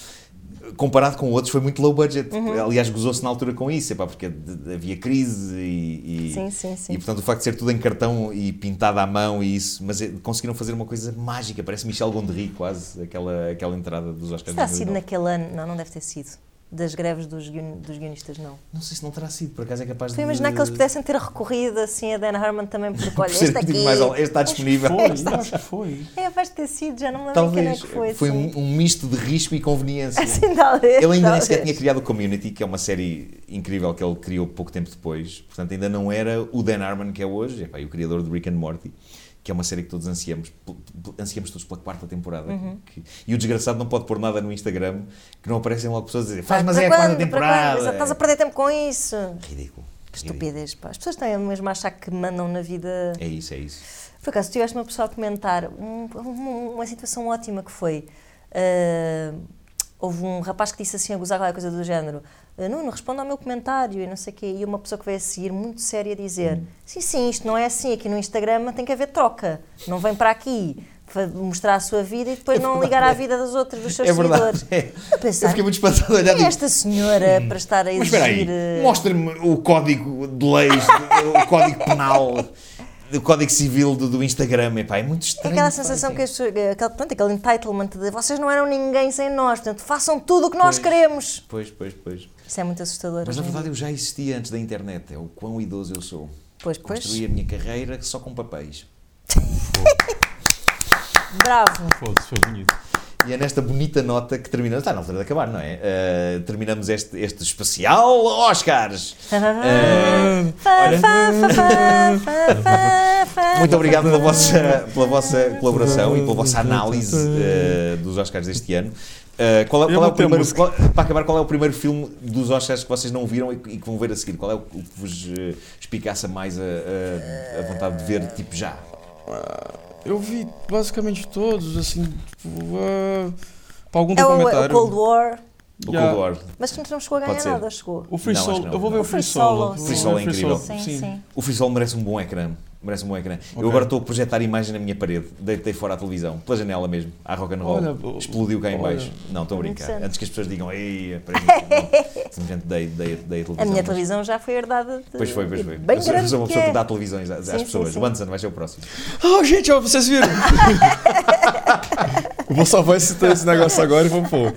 B: Comparado com outros, foi muito low budget.
D: Uhum.
B: Aliás, gozou-se na altura com isso, epá, porque de- de- havia crise e, e,
D: Sim, sim, sim.
B: e, portanto, o facto de ser tudo em cartão e pintado à mão e isso, mas eh, conseguiram fazer uma coisa mágica, parece Michel Gondry quase, aquela, aquela entrada dos Oscars.
D: Terá
B: de
D: sido
B: 2009.
D: naquele ano. Não, não deve ter sido. Das greves dos, guion- dos guionistas, não.
B: Não sei se não terá sido, por acaso é capaz
D: Estou a
B: de...
D: imaginar que eles pudessem ter recorrido assim a Dan Harmon também, porque
B: (laughs) por
D: olha,
B: ser
D: este
B: um
D: aqui.
B: bocadinho mais al- este está disponível.
C: Foi, eu acho que foi.
D: É, vais ter sido, já não me lembro quem é
B: Talvez.
D: que foi.
B: Foi
D: assim.
B: um, um misto de risco e conveniência.
D: (laughs) Assim, talvez.
B: Ele ainda nem
D: talvez.
B: sequer tinha criado o Community, que é uma série incrível que ele criou pouco tempo depois. Portanto, ainda não era o Dan Harmon que é hoje, epá, e o criador de Rick and Morty, que é uma série que todos ansiamos, p- p- ansiamos todos pela quarta temporada.
D: Uhum.
B: Que- e o desgraçado não pode pôr nada no Instagram que não aparecem logo pessoas a dizer faz, mas
D: Para
B: é a quarta
D: quando? Para quando?
B: temporada. É
D: Exato, Estás a perder tempo com isso.
B: Ridículo.
D: Que
B: Ridículo.
D: estupidez, pá. As pessoas têm mesmo a achar que mandam na vida.
B: É isso, é isso.
D: Por acaso, tiveste uma pessoa a comentar um- um- uma situação ótima que foi. ah, houve um rapaz que disse assim a gozar qualquer coisa do género. "Ah, Nuno, responde ao meu comentário e não sei o quê. E uma pessoa que veio a seguir muito séria dizer
B: Hum.
D: sim, sim, isto não é assim, aqui no Instagram tem que haver troca. Não vem para aqui fa- mostrar a sua vida e depois não ligar à vida das outras, dos seus
B: é
D: seguidores.
B: verdade. É.
D: A
B: Eu
D: pensar,
B: fiquei muito espantado a olhar tipo,
D: quem é
B: disto.
D: esta senhora para estar a eh,
B: Mas Hum. espera aí,
D: exigir... ah,
B: mostra-me o código de leis, o código penal do Código Civil do, do Instagram, epá, é muito
D: É
B: estranho.
D: aquela
B: pá,
D: sensação
B: é.
D: que as pessoas. eh, Aquele, pronto, aquele entitlement de vocês não eram ninguém sem nós, portanto façam tudo o que
B: Pois.
D: nós queremos.
B: Pois, pois, pois.
D: Isso é muito assustador.
B: Mas
D: hoje
B: na
D: em dia.
B: verdade eu já existia antes da internet, é o quão idoso eu sou.
D: Pois, pois.
B: Construí a minha carreira só com papéis.
D: Bravo.
C: Foda-se, foi bonito.
B: E é nesta bonita nota que terminamos. Está na altura de acabar, não é? Eh, terminamos este, este especial
D: (laughs)
B: Oscars. Eh,
D: Fá,
B: olha,
D: fá, fá, fá, fá,
B: (laughs)
D: fá, fá.
B: muito obrigado pela vossa, pela vossa colaboração e pela vossa análise eh, dos Oscars deste ano. Eh, qual, é, qual
C: Eu
B: é o
C: vou ter
B: primeiro,
C: música.
B: qual- para acabar, qual é o primeiro filme dos Oscars que vocês não viram e, que- e que vão ver a seguir? Qual é o, o que vos eh, espicaça mais a, a- a vontade de ver, tipo já?
C: Eu vi basicamente todos, assim, tipo, ah, para algum
D: É o, é o
C: documentário.
D: Cold War,
B: O
C: Já.
B: Cold War.
D: mas que não chegou a
B: Pode
D: ganhar
B: ser.
D: nada, chegou.
C: O Free
B: Não, acho
C: Solo,
B: que não.
C: eu vou ver
D: O
C: o Free
D: Free
C: Solo.
D: Solo, sim.
C: vou
D: Free
C: ver
B: Solo
C: o
B: é incrível.
D: Sim, sim.
B: O Free Solo merece um bom ecrã. Merece um bom ecrã. Eu
C: Ok.
B: agora estou a projetar a imagem na minha parede. Deitei fora a televisão, pela janela mesmo, à rock and roll.
C: Olha, o-
B: Explodiu cá em
C: olha.
B: baixo. Não, estou a brincar.
D: Interessante.
B: Antes que as pessoas digam,
D: (laughs)
B: ei, aprendi. Não, Simplesmente dei, dei, dei a televisão.
D: A minha
B: mas- é um
D: televisão já foi herdada de.
B: Pois foi, pois foi.
D: Bem
B: eu, sou, eu
D: grande
B: sou uma
D: que
B: pessoa que,
D: é.
B: dá televisões às, às
D: Sim, sim,
B: pessoas.
D: sim.
B: O Anderson vai ser o próximo. (laughs)
C: Oh, gente, ó, vocês
D: (laughs)
C: viram? eu vou salvar esse, esse negócio agora e vou
B: (laughs)
C: pôr.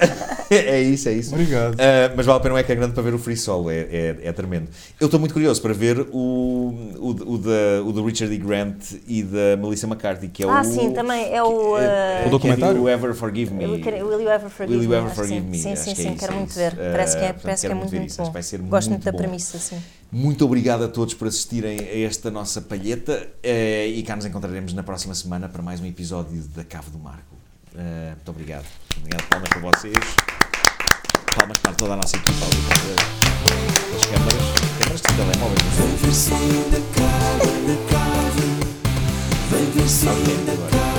B: é isso, é isso.
C: Obrigado.
B: Ah, mas vale a pena um ecrã grande para ver o Free Solo, é, é, é tremendo. Eu estou muito curioso para ver o, o, de- o, da- o do Richard E. Grant e da Melissa McCarthy, que é o.
D: Ah, sim, também é o,
B: que-
D: ah,
B: que
C: O documentário?
B: Will You Ever Forgive Me.
D: Will you- Will you ever forgive
B: Will You
D: me?
B: Ever
D: Acho que
B: Forgive
D: sim.
B: Me?
D: Sim,
B: acho
D: sim,
B: que é
D: sim,
B: isso,
D: quero
B: é
D: muito
B: isso.
D: ver. Parece que é-
B: Ah, portanto,
D: parece que é
B: quero
D: muito,
B: ver
D: muito
B: isso, acho
D: bom.
B: que vai ser muito
D: Gosto muito da
B: bom.
D: premissa, sim.
B: Muito obrigado a todos por assistirem a esta nossa palheta eh, e cá nos encontraremos na próxima semana para mais um episódio da Cave do Marco. Eh, muito obrigado. Obrigado, palmas para vocês. Palmas para toda a nossa equipa ali, para- para as câmaras, câmaras de telemóveis.
A: Vem
B: não sei.
A: ver se ainda cabe na É cave. Vem ver se ainda cabe.